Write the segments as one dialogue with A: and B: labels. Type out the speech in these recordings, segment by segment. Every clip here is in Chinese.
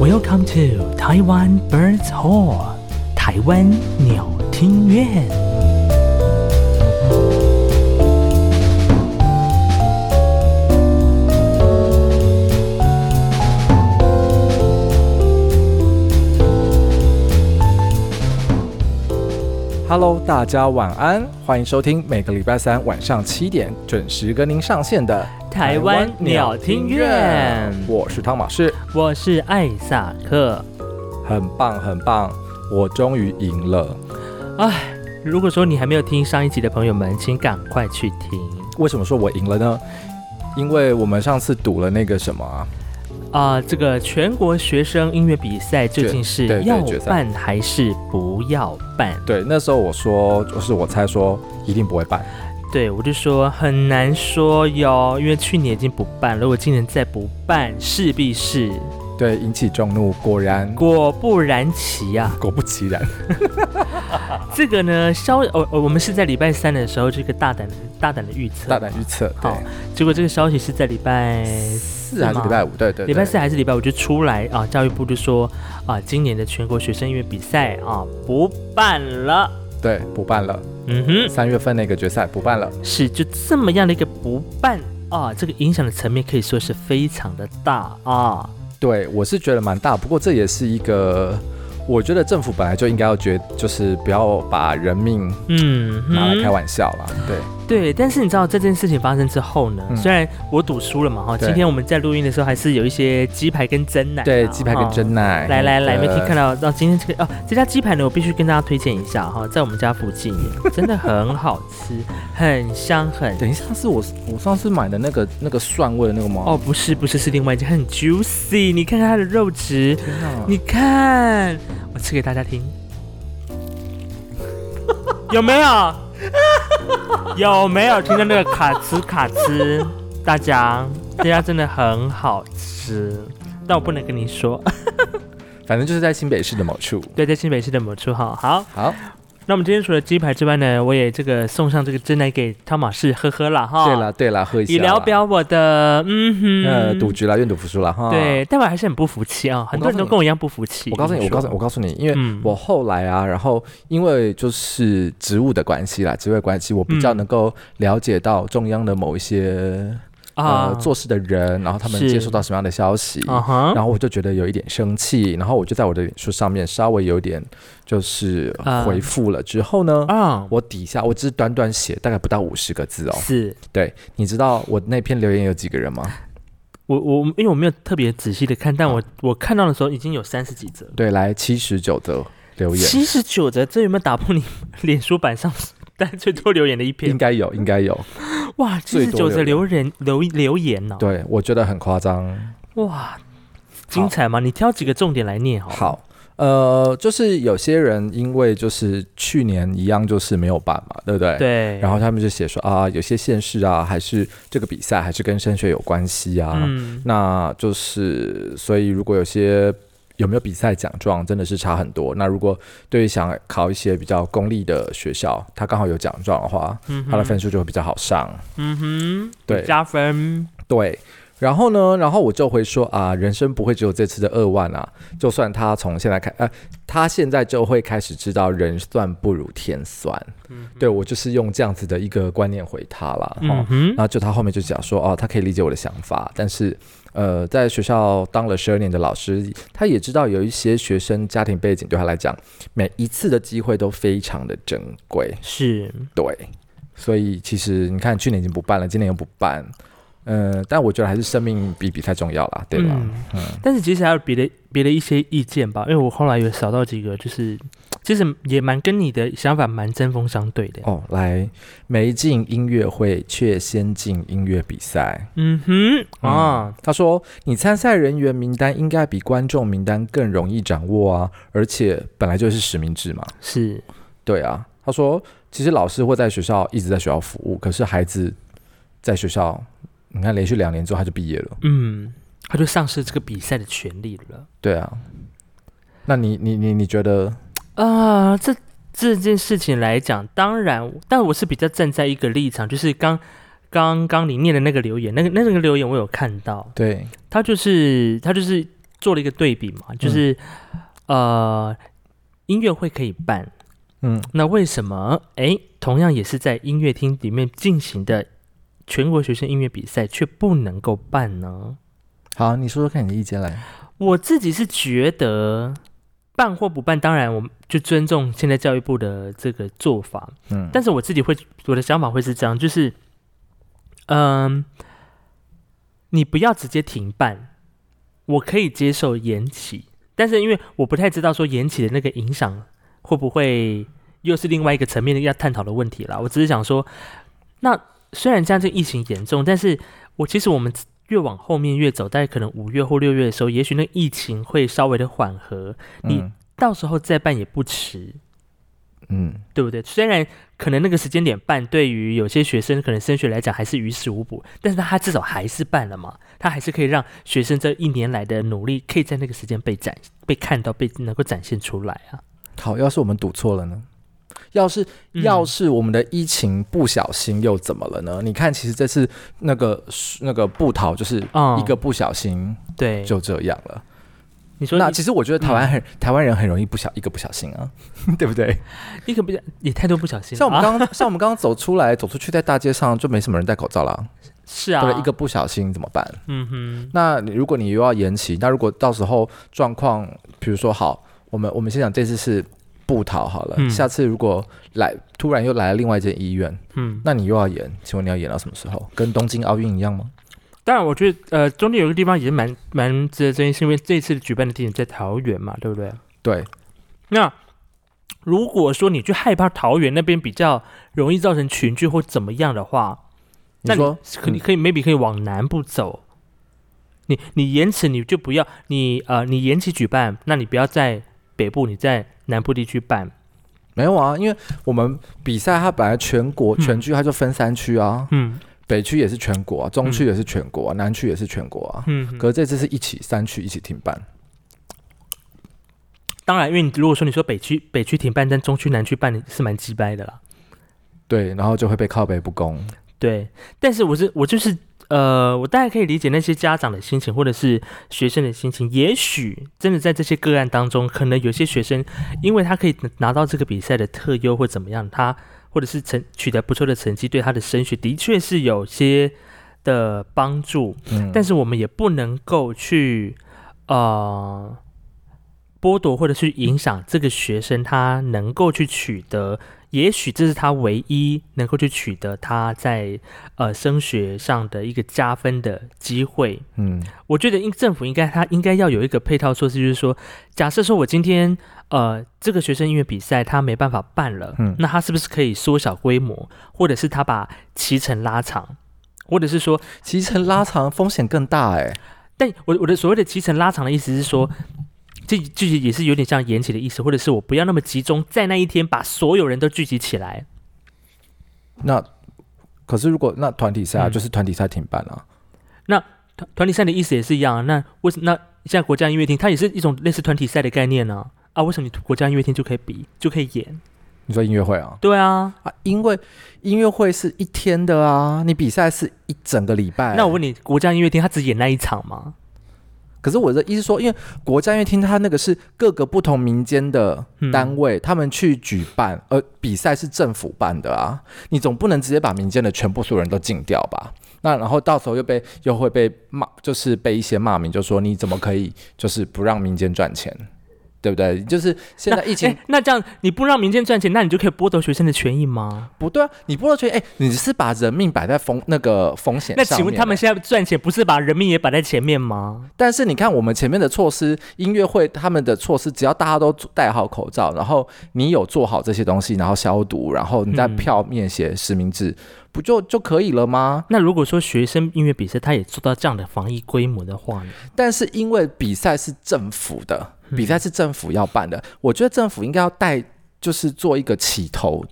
A: Welcome to Taiwan Birds Hall，台湾鸟听院。
B: Hello，大家晚安，欢迎收听每个礼拜三晚上七点准时跟您上线的
A: 台湾鸟听院
B: 我是汤马士，
A: 我是艾萨克。
B: 很棒很棒，我终于赢了。
A: 唉，如果说你还没有听上一集的朋友们，请赶快去听
B: 为什么说我赢了呢？因为我们上次赌了那个什么啊，
A: 啊、这个全国学生音乐比赛究竟
B: 对
A: 是
B: 对
A: 要
B: 决赛
A: 办还是不要办？
B: 对，那时候我说就是我猜说一定不会办，
A: 对，我就说很难说哟，因为去年已经不办了，如果今年再不办，势必是
B: 对，引起众怒，果然
A: 果不然其啊。
B: 果不其然，
A: 这个呢，肖呃呃，我们是在礼拜三的时候，这个大胆大胆的预测，
B: 大胆预测，对
A: 好，结果这个消息是在礼拜
B: 四还是礼拜五？对对，对
A: 礼拜四还是礼拜五就出来啊，教育部就说啊，今年的全国学生音乐比赛啊不办了。
B: 对不办了，
A: 嗯哼，
B: 三月份那个决赛不办了，
A: 是就这么样的一个不办啊，这个影响的层面可以说是非常的大啊。
B: 对，我是觉得蛮大，不过这也是一个，我觉得政府本来就应该要觉，就是不要把人命
A: 嗯哼，
B: 拿来开玩笑啦。
A: 嗯
B: 对，
A: 对，但是你知道这件事情发生之后呢？
B: 嗯
A: 虽然我赌输了嘛哈，
B: 对
A: 今天我们在录音的时候还是有一些鸡排跟蒸奶啊、
B: 对，鸡排跟
A: 哈。
B: 真奶，
A: 来来来，
B: 那
A: 没
B: 个
A: 可以看到到今天这个哦，这家鸡排呢，我必须跟大家推荐一下哈，在我们家附近，真的很好吃，很香很。
B: 等一下是我我上次买的那个那个蒜味的那个吗？
A: 哦，，不是不是，是另外一家，很 juicy，你看看它的肉质，
B: 天哪！
A: 你看，我吃给大家听， 有没有？ 有没有听到那个卡兹卡兹？大家，这家真的很好吃，但我不能跟你说。
B: 反正就是在新北市的某处。
A: 对，在新北市的某处哈。好，
B: 好，
A: 那我们今天除了鸡排之外呢，我也这个送上这个真奶给汤马士喝喝了哈。
B: 对啦，对啦，喝一下啦。
A: 以聊表我的嗯哼，
B: 啊呃赌局啊啦，愿赌服输啦哈。，
A: 对，但我还是很不服气啊、很多人都跟我一样不服气。
B: 我告诉你，我告诉
A: 你
B: 你，我
A: 说，
B: 告诉你，因为
A: 嗯
B: 我后来啊，然后因为就是职务的关系啦，职位关系，我比较
A: 嗯
B: 能够了解到中央的某一些呃做事的人，然后他们
A: 是
B: 接收到什么样的消息，
A: 啊哈，
B: 然后我就觉得有一点生气，然后我就在我的脸书上面稍微有点就是
A: 啊
B: 回复了之后呢，
A: 啊，
B: 我底下我只是短短写大概不到五十个字哦，
A: 是
B: 对，你知道我那篇留言有几个人吗？
A: 我我因为我没有特别仔细的看，
B: 啊
A: 但我我看到的时候已经有三十几则，
B: 对，来七十九则留言，
A: 七十九则，这有没有打破你脸书版上 但最多留言的一
B: 应
A: 篇？嗯
B: 该有，应该有，
A: 哇，七
B: 最
A: 十
B: 多
A: 九则留
B: 留
A: 言留留言哦呢、
B: 对我觉得很夸张，
A: 哇，精彩吗？你挑几个重点来念好了。
B: 好，呃，就是有些人因为就是去年一样就是没有办嘛，对不对？。
A: 对，
B: 然后他们就写说啊，有些县市啊，还是这个比赛还是跟升学有关系啊。
A: 嗯，
B: 那就是所以如果有些有没有比赛奖状，真的是差很多。那如果对于想考一些比较公立的学校，他刚好有奖状的话，
A: 嗯哼
B: 他的分数就会比较好上。
A: 嗯哼，
B: 对
A: 加分，
B: 对。然后呢，然后我就会说啊，人生不会只有这次的二万啊。就算他从现在开，呃，他现在就会开始知道人算不如天算。对我就是用这样子的一个观念回他啦。哈、
A: 嗯哼
B: 然，后就他后面就讲说，哦，他可以理解我的想法，但是，呃，在学校当了十二年的老师，他也知道有一些学生家庭背景对他来讲，每一次的机会都非常的珍贵，
A: 是
B: 对，所以其实你看，去年已经不办了，今年又不办，呃，但我觉得还是生命比比赛重要啦，对吧？
A: 嗯
B: 嗯
A: 但是其实还有别的别的一些意见吧，因为我后来有扫到几个，就是其实也蛮跟你的想法蛮针锋相对的。
B: 哦，来，没进音乐会却先进音乐比赛，
A: 嗯哼，
B: 嗯
A: 啊，
B: 他说：“你参赛人员名单应该比观众名单更容易掌握啊，而且本来就是实名制嘛。
A: 是，”
B: 对啊，他说：“其实老师会在学校一直在学校服务，可是孩子在学校，你看连续两年之后他就毕业了。
A: 嗯，他就丧失这个比赛的权利了。”
B: 对啊，那你你你你觉得
A: 啊、这这件事情来讲，当然，但我是比较站在一个立场，就是刚刚刚你念的那个留言，那个那个留言我有看到，
B: 对？
A: 他就是他就是做了一个对比嘛，就是、呃，音乐会可以办，
B: 嗯，
A: 那为什么诶，同样也是在音乐厅里面进行的全国学生音乐比赛却不能够办呢？
B: 好，你说说看你的意见来。
A: 我自己是觉得办或不办，当然我们就尊重现在教育部的这个做法，
B: 嗯，
A: 但是我自己会我的想法会是这样，就是，嗯、你不要直接停办，我可以接受延期，但是因为我不太知道说延期的那个影响会不会又是另外一个层面的要探讨的问题啦。我只是想说，那虽然这样这个疫情严重，但是我其实我们。越往后面越走，大概可能五月或六月的时候，也许那个疫情会稍微的缓和，你
B: 嗯
A: 到时候再办也不迟。
B: 嗯
A: 对不对？虽然可能那个时间点办，对于有些学生可能升学来讲还是于事无补，但是他至少还是办了嘛，他还是可以让学生这一年来的努力，可以在那个时间被展、被看到、被能够展现出来啊。
B: 好，要是我们赌错了呢？要是
A: 嗯
B: 要是我们的疫情不小心又怎么了呢？你看，其实这次那个那个布桃就是
A: 嗯
B: 一个不小心
A: 对，
B: 就这样了。
A: 你嗯说
B: 那
A: 你
B: 其实我觉得台湾很、台湾人很容易不小一个不小心啊， 对不对？
A: 你可不也太多不小心了，
B: 像我们
A: 啊、
B: 刚、 像我们刚刚走出来走出去，在大街上就没什么人戴口罩了，
A: 是啊，
B: 对，一个不小心怎么办？
A: 嗯哼，
B: 那你如果你又要延期，那如果到时候状况，比如说好，我们我们先讲这次是布桃好了，
A: 嗯
B: 下次如果来突然又来了另外一间医院，
A: 嗯，
B: 那你又要延，请问你要延到什么时候？跟东京奥运一样吗？
A: 当然我觉得呃，中间有一个地方也是蛮蛮值得争议，是因为这次举办的地点在桃园嘛，对不对？
B: 对，
A: 那如果说你去害怕桃园那边比较容易造成群聚或怎么样的话，
B: 你
A: 那
B: 说嗯
A: 可你可以 maybe 可以往南部走。你你延迟你就不要你呃你延期举办，那你不要在北部，你在南部地区办。
B: 没有啊，因为我们比赛它本来全国
A: 嗯
B: 全区它就分三区啊，
A: 嗯
B: 北区也是全国啊，中区
A: 嗯
B: 也是全国啊，南区也是全国啊。
A: 嗯，
B: 可是这次是一起三区一起停办，
A: 当然，因为你如果说你说北区北区停办，但中区南区办你是蛮鸡掰的啦。
B: 对，然后就会被靠北不公。
A: 对，但是我是我就是呃，我大概可以理解那些家长的心情，或者是学生的心情。也许真的在这些个案当中，可能有些学生，因为他可以拿到这个比赛的特优或怎么样，他或者是成取得不错的成绩，对他的升学的确是有些的帮助。
B: 嗯，
A: 但是我们也不能够去呃剥夺或者去影响这个学生他能够去取得，也许这是他唯一能够去取得他在呃升学上的一个加分的机会。
B: 嗯
A: 我觉得应政府应该他应该要有一个配套措施，就是说，假设说我今天呃这个学生音乐比赛他没办法办了，
B: 嗯
A: 那他是不是可以缩小规模，或者是他把期程拉长，或者是说
B: 骑乘拉长风险更大哎、
A: 但我我的所谓的骑程拉长的意思是说，这这也是有点像延期的意思，或者是我不要那么集中在那一天把所有人都聚集起来。
B: 那可是如果那团体赛啊，
A: 嗯
B: 就是团体赛停办啊，
A: 团团体赛的意思也是一样啊。那为什那现在国家音乐厅它也是一种类似团体赛的概念呢、啊？为什么你国家音乐厅就可以比就可以演？
B: 你说音乐会啊
A: 对啊，
B: 啊，因为音乐会是一天的啊，你比赛是一整个礼拜。
A: 那我问你，国家音乐厅它只演那一场吗？
B: 可是我的意思说，因为国家音乐厅它那个是各个不同民间的
A: 嗯
B: 单位，他们去举办，而比赛是政府办的啊，你总不能直接把民间的全部所有人都禁掉吧？那然后到时候又被又会被骂，就是被一些骂名，就说你怎么可以就是不让民间赚钱，对不对？就是现在疫情
A: 那诶哎那这样你不让民间赚钱，那你就可以剥夺学生的权益吗？
B: 不对啊，你不会觉得哎、你是把人命摆在风那个风险上
A: 那
B: 面。
A: 请问他们
B: 哎，
A: 现在赚钱不是把人命也摆在前面吗？
B: 但是你看我们前面的措施，音乐会他们的措施，只要大家都戴好口罩，然后你有做好这些东西，然后消毒，然后你在
A: 嗯
B: 票面写实名制，不就就可以了吗？
A: 那如果说学生音乐比赛他也做到这样的防疫规模的话呢？
B: 但是因为比赛是政府的，比赛是政府要办的，我觉得政府应该要带，就是做一个起头，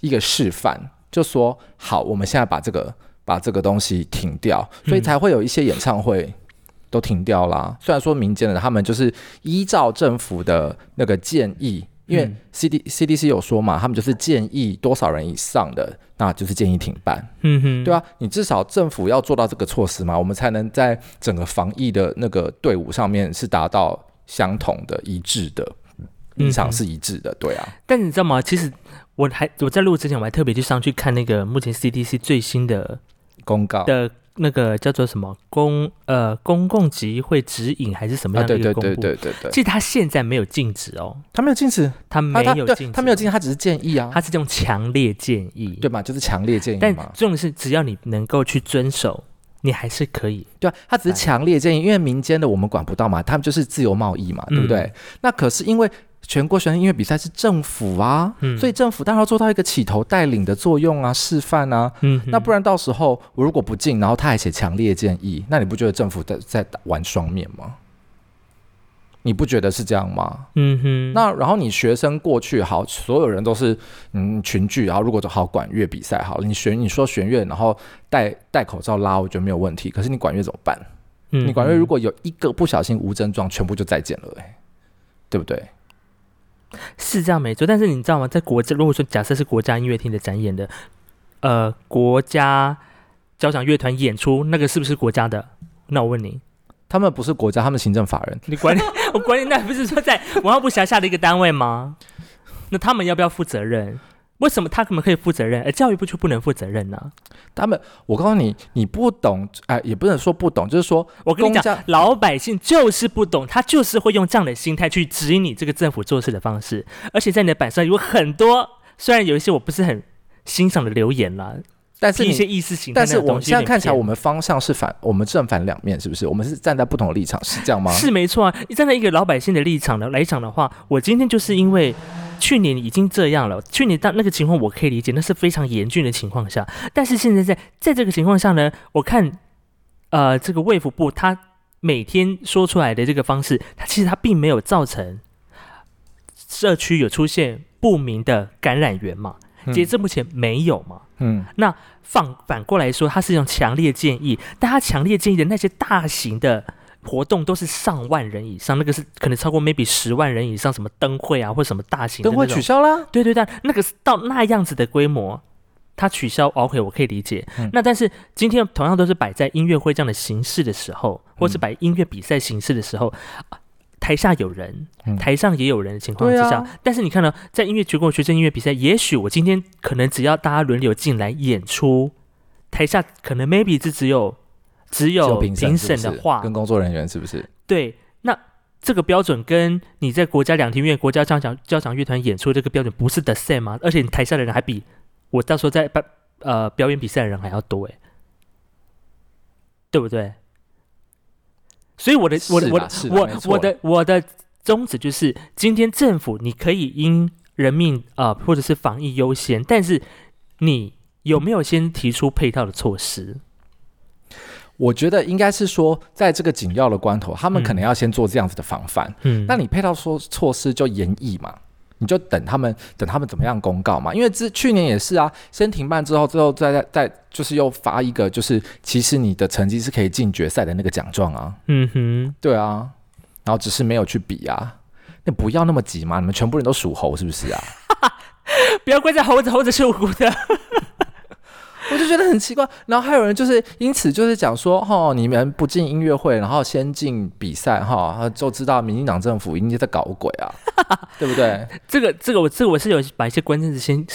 B: 一个示范，就说好，我们现在把这个把这个东西停掉，所以才会有一些演唱会都停掉啦。虽然说民间的他们就是依照政府的那个建议。因为 C D C D C 有说嘛，他们就是建议多少人以上的，那就是建议停办，
A: 嗯哼，
B: 对
A: 啊，
B: 啊，你至少政府要做到这个措施嘛，我们才能在整个防疫的那个队伍上面是达到相同的一致的立
A: 嗯
B: 场
A: 哼
B: 是一致的，对啊，
A: 但你知道吗？其实我还我在录之前，我还特别去上去看那个目前 CDC 最新的
B: 公告
A: 的那个叫做什么公呃公共集会指引还是什么
B: 啊，
A: 样的
B: 对
A: 一个
B: 对
A: 公布？
B: 对对对对，
A: 其实他现在没有禁止哦，
B: 他没有禁止，
A: 他
B: 他
A: 没
B: 他
A: 有
B: 啊对
A: 禁止，
B: 他没有禁止，他只是建议啊
A: 他，是这种强烈建议。
B: 对嘛，就是强烈建议
A: 但
B: 嘛，
A: 重点是，只要你能够去遵守，你还是可以。
B: 对啊，他只是
A: 哎
B: 强烈建议，因为民间的我们管不到嘛，他们就是自由贸易嘛，对不对？
A: 嗯
B: 那可是因为全国学生音乐比赛是政府啊，
A: 嗯
B: 所以政府当然要做到一个起头带领的作用啊，示范啊。
A: 嗯哼，
B: 那不然到时候我如果不进，然后他还写强烈建议，那你不觉得政府在在玩双面吗？你不觉得是这样吗？
A: 嗯哼，
B: 那然后你学生过去好，所有人都是嗯群聚，然后如果好管乐比赛好了，你学你说弦乐，然后戴戴口罩拉，我觉得没有问题。可是你管乐怎么办？
A: 嗯
B: 你管乐
A: 哼
B: 如果有一个不小心无症状，全部就再见了、欸，对不对？
A: 是这样没错，但是你知道吗？在国家，如果说假设是国家音乐厅的展演的，呃，国家交响乐团演出，那个是不是国家的？那我问你，
B: 他们不是国家，他们行政法人，
A: 你管理我管理那不是说在文化部辖下的一个单位吗？那他们要不要负责任？为什么他们可以负责任，而教育部却不能负责任呢？
B: 他们我告诉你，你不懂，哎、也不能说不懂，就是说
A: 我跟你
B: 公
A: 讲
B: 家，
A: 老百姓就是不懂，他就是会用这样的心态去指引你这个政府做事的方式，而且在你的板上有很多，虽然有一些我不是很欣赏的留言啦，
B: 但是
A: 是一些
B: 你。
A: 意识形态
B: 但
A: 那
B: 是
A: 种
B: 我
A: 东
B: 们
A: 西
B: 现
A: 有
B: 在
A: 点偏。
B: 看起来，我们方向是反，我们正反两面，是不是？我们是站在不同的立场，是这样吗？
A: 是没错啊。你站在一个老百姓的立场的来讲的话，我今天就是因为去年已经这样了，去年当那个情况我可以理解，那是非常严峻的情况下。但是现在在在这个情况下呢，我看呃这个卫福部他每天说出来的这个方式，它其实它并没有造成社区有出现不明的感染源嘛，
B: 嗯
A: 截至目前没有嘛。
B: 嗯，
A: 放反过来说，它是一种强烈建议，但它强烈建议的那些大型的活动都是上万人以上，那个是可能超过 maybe 十万人以上，什么灯会啊，或什么大型的
B: 都
A: 那
B: 会取
A: 种，
B: 消啦。
A: 对对对，那个是到那样子的规模。它取消 OK，我可以理解。
B: 嗯
A: 那但是今天同样都是摆在音乐会这样的形式的时候，或
B: 嗯
A: 是摆音乐比赛形式的时候，啊台下有人，
B: 嗯
A: 台上也有人的情况之
B: 对啊
A: 下，但是你看到在音乐全国学生音乐比赛，也许我今天可能只要大家轮流进来演出，台下可能 maybe 只只有只
B: 只有
A: 有
B: 审
A: 评
B: 是不
A: 审
B: 是
A: 的话，
B: 跟工作人员是不是？
A: 对，那这个标准跟你在国家两厅院、国家交响交响乐团演出这个标准不是 the same 吗？而且你台下的人还比我到时候在办呃表演比赛的人还要多诶，对不对？所以我的我的
B: 是
A: 我
B: 啦
A: 的
B: 是啦
A: 我
B: 没错
A: 我的我的宗旨就是，今天政府你可以因人命啊、呃或者是防疫优先，但是你有没有先提出配套的措施？
B: 我觉得应该是说，在这个紧要的关头，他们可能要先做这样子的防范。
A: 嗯，
B: 那你配套说措施就延役嘛，你就等他们等他们怎么样公告嘛。因为之去年也是啊，先停办之后，之后再再再就是又发一个，就是其实你的成绩是可以进决赛的那个奖状啊，
A: 嗯哼，
B: 对啊，然后只是没有去比啊。那不要那么急嘛！你们全部人都属猴是不是啊？
A: 不要怪在猴子，猴子是无辜的。
B: 我就觉得很奇怪。然后还有人就是因此就是讲说，哦，你们不进音乐会，然后先进比赛，哈、就知道民进党政府应该在搞鬼 啊，对不对？
A: 这个这个我这个我是有把一些关键词先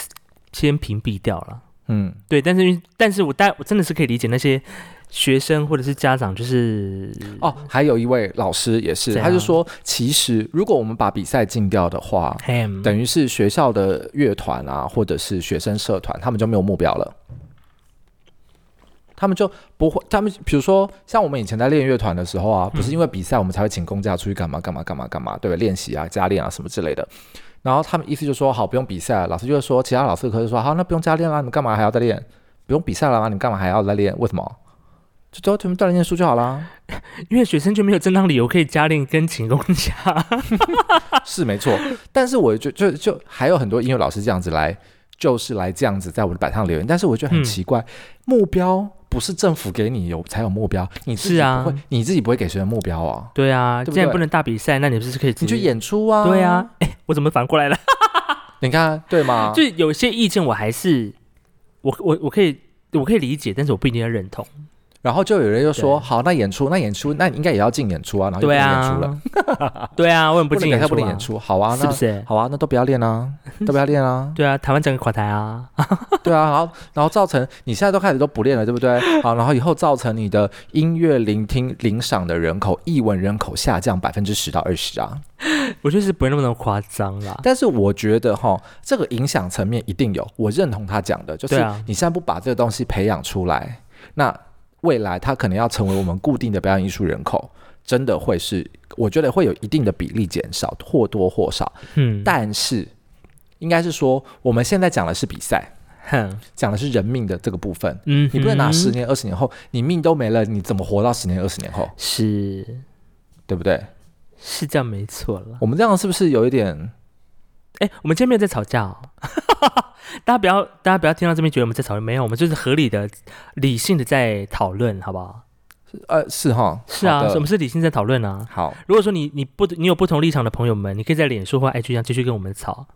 A: 先屏蔽掉了，
B: 嗯，
A: 对，但是因为但是我大我真的是可以理解那些学生或者是家长，就是
B: 哦，还有一位老师也是，
A: 怎
B: 他就
A: 样
B: 说，其实如果我们把比赛禁掉的话，
A: ham
B: 等于是学校的乐团啊，或者是学生社团，他们就没有目标了。他们就不会，他们比如说像我们以前在练乐团的时候啊，不是因为比赛我们才会请公假出去干嘛干嘛干嘛干嘛，对不对？练习啊、加练啊什么之类的。然后他们意思就说好，不用比赛了。老师就会说，其他老师的课就说好，那不用加练啦，你们干嘛还要再练？不用比赛了吗？你们干嘛还要再练？为什么？就都全部锻炼念书就好啦。
A: 因为学生就没有正当理由可以加练跟请公 假，
B: 是没错，但是我就就就还有很多音
A: 嗯
B: 乐老师这样子来，就是来这样子在我的板上留言，但是我觉得很奇怪，目标不是政府给你有才有目标，你自己
A: 是啊
B: 不会你自己不会给学生目标啊，
A: 对啊，
B: 对不
A: 既然
B: 对
A: 不能大比赛，那你不是可以直
B: 你
A: 接
B: 去？演出啊，
A: 对啊，，我怎么反过来了？
B: 你看对吗？
A: 就有些意见我还是我我我可以我可以理解，但是我不一定要认同。
B: 然后就有人就说，
A: 对
B: 好，那演出，那演出，那你应该也要进演出啊，然后就不
A: 对
B: 进演出
A: 啊
B: 了，，
A: 对啊，我很
B: 不
A: 进
B: 能
A: 演出、
B: 改
A: 啊，
B: 不能演出，好啊，
A: 是
B: 那
A: 不是？，
B: 好啊，那都不要练啊，都不要练啊
A: 对啊，台湾整个垮台啊，
B: 对啊，然后然后造成你现在都开始都不练了，对不 对？好，然后以后造成你的音乐聆听领赏的人口、译文人口下降百分之十到二十啊。
A: 我觉得是不会那么那么夸张啦。
B: 但是我觉得哈，这个影响层面一定有，我认同他讲的，就是
A: 对啊
B: 你现在不把这个东西培养出来，那未来他可能要成为我们固定的表演艺术人口，真的会是，我觉得会有一定的比例减少，或多或少。
A: 嗯，
B: 但是应该是说，我们现在讲的是比赛，
A: 哼，
B: 讲的是人命的这个部分。
A: 嗯哼，
B: 你不能拿十年、二十年后，你命都没了，你怎么活到十年、二十年后，
A: 是
B: 对不对？
A: 是这样没错了。
B: 我们这样是不是有一点？
A: 哎、我们今天没有在吵架哦， 大家不要，大家不要听到这边觉得我们在吵架，没有，我们就是合理的、理性的在讨论，好不好？
B: 呃，是哈，
A: 是啊
B: 好，的
A: 我们是理性在讨论啊。
B: 好，
A: 如果说你你不你有不同立场的朋友们，你可以在脸书或 IG 上继续跟我们吵。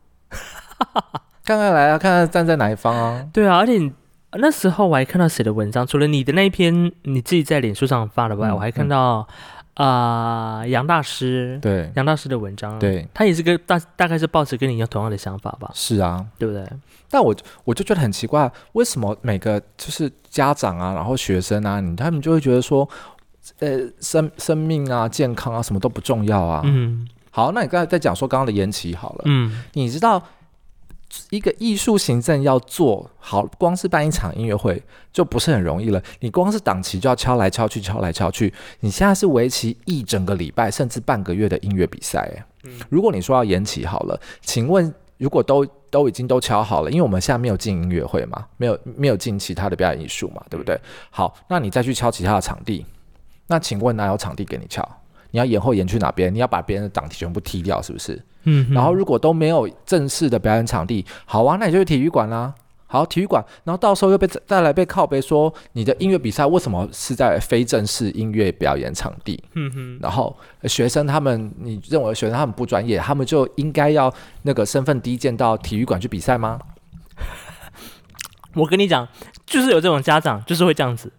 B: 看看来啊，看看站在哪一方啊。
A: 对啊，而且你那时候我还看到谁的文章，除了你的那一篇你自己在脸书上发的外，
B: 嗯
A: 我还看到啊、呃杨大师
B: 对
A: 杨大师的文章，，啊
B: 对，
A: 他也是跟大大概是抱持跟你一样同样的想法吧，
B: 是啊。
A: 对不对？
B: 但我我就觉得很奇怪，为什么每个就是家长啊，然后学生啊，你他们就会觉得说，呃，生生命啊、健康啊，什么都不重要啊。
A: 嗯
B: 好，那你刚才在讲说刚刚的延期好了，
A: 嗯，
B: 你知道一个艺术行政要做好，光是办一场音乐会就不是很容易了。你光是档期就要敲来敲去，敲来敲去。你现在是为期一整个礼拜甚至半个月的音乐比赛，哎如果你说要延期好了，请问如果都都已经都敲好了，因为我们现在没有进音乐会嘛，没有没有进其他的表演艺术嘛，对不对？好，那你再去敲其他的场地，那请问哪有场地给你敲？你要延后延去哪边？你要把别人的档期全部踢掉，是不是？
A: 嗯哼，
B: 然后如果都没有正式的表演场地，好啊，那你就去体育馆啦。好，体育馆，然后到时候又被再来被靠背说你的音乐比赛为什么是在非正式音乐表演场地？
A: 嗯哼，
B: 然后呃学生他们，你认为学生他们不专业，他们就应该要那个身份低贱到体育馆去比赛吗？
A: 我跟你讲，就是有这种家长，就是会这样子。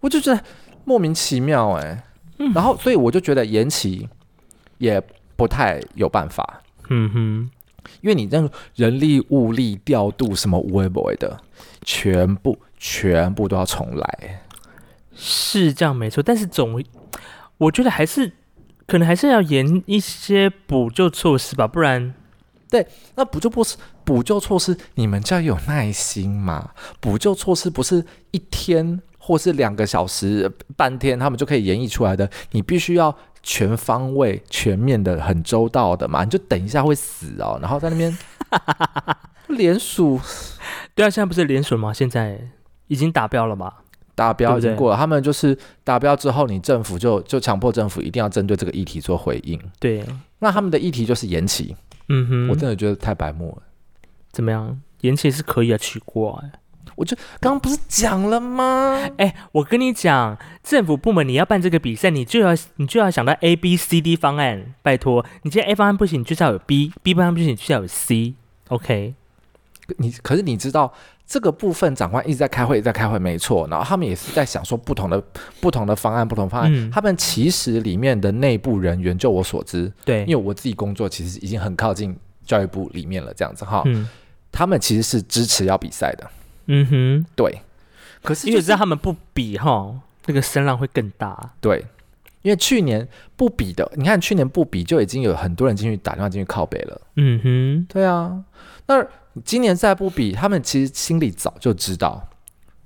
B: 我就觉得莫名其妙哎、
A: 嗯
B: 然后所以我就觉得延期也不太有办法，
A: 嗯哼，
B: 因为你那个人力、物力调度什么无为不为的，全部全部都要重来。
A: 是这样没错，但是总，我觉得还是可能还是要严一些补救措施吧，不然
B: 那补救措施，补救措施，你们就要有耐心嘛。补救措施不是一天或是两个小时、半天他们就可以演绎出来的，你必须要全方位、全面的、很周到的嘛。你就等一下会死哦，然后在那边 联署
A: 对啊，现在不是连锁吗？现在已经达标了嘛？
B: 达标
A: 对不
B: 已
A: 对
B: 经过了，他们就是达标之后，你政府就就强迫政府一定要针对这个议题做回应。
A: 对，
B: 那他们的议题就是延期，
A: 嗯哼，
B: 我真的觉得太白目了。
A: 怎么样？延期是可以啊，取过哎、
B: 刚刚不是讲了吗？
A: 我跟你讲，政府部门你要办这个比赛，你就要你就要想到 A、B、C、D 方案，拜托，你今天 A 方案不行，你就是要有 B；B 方案不行，你就是要有 C，OK？、
B: 你可是你知道这个部分长官一直在开会，一直在开会，没错。然后他们也是在想说不同的不同的方案，不同方案。
A: 嗯
B: 他们其实里面的内部人员，就我所知，
A: 对
B: 因，为我自己工作其实已经很靠近教育部里面了，这样子哈。
A: 嗯
B: 他们其实是支持要比赛的，
A: 嗯哼，
B: 对。可是、
A: 因
B: 就
A: 为
B: 是
A: 知道他们不比哈，那个声浪会更大。
B: 对，因为去年不比的，你看去年不比就已经有很多人进去打电话进去靠北了。
A: 嗯哼，
B: 对啊，那今年再不比，他们其实心里早就知道，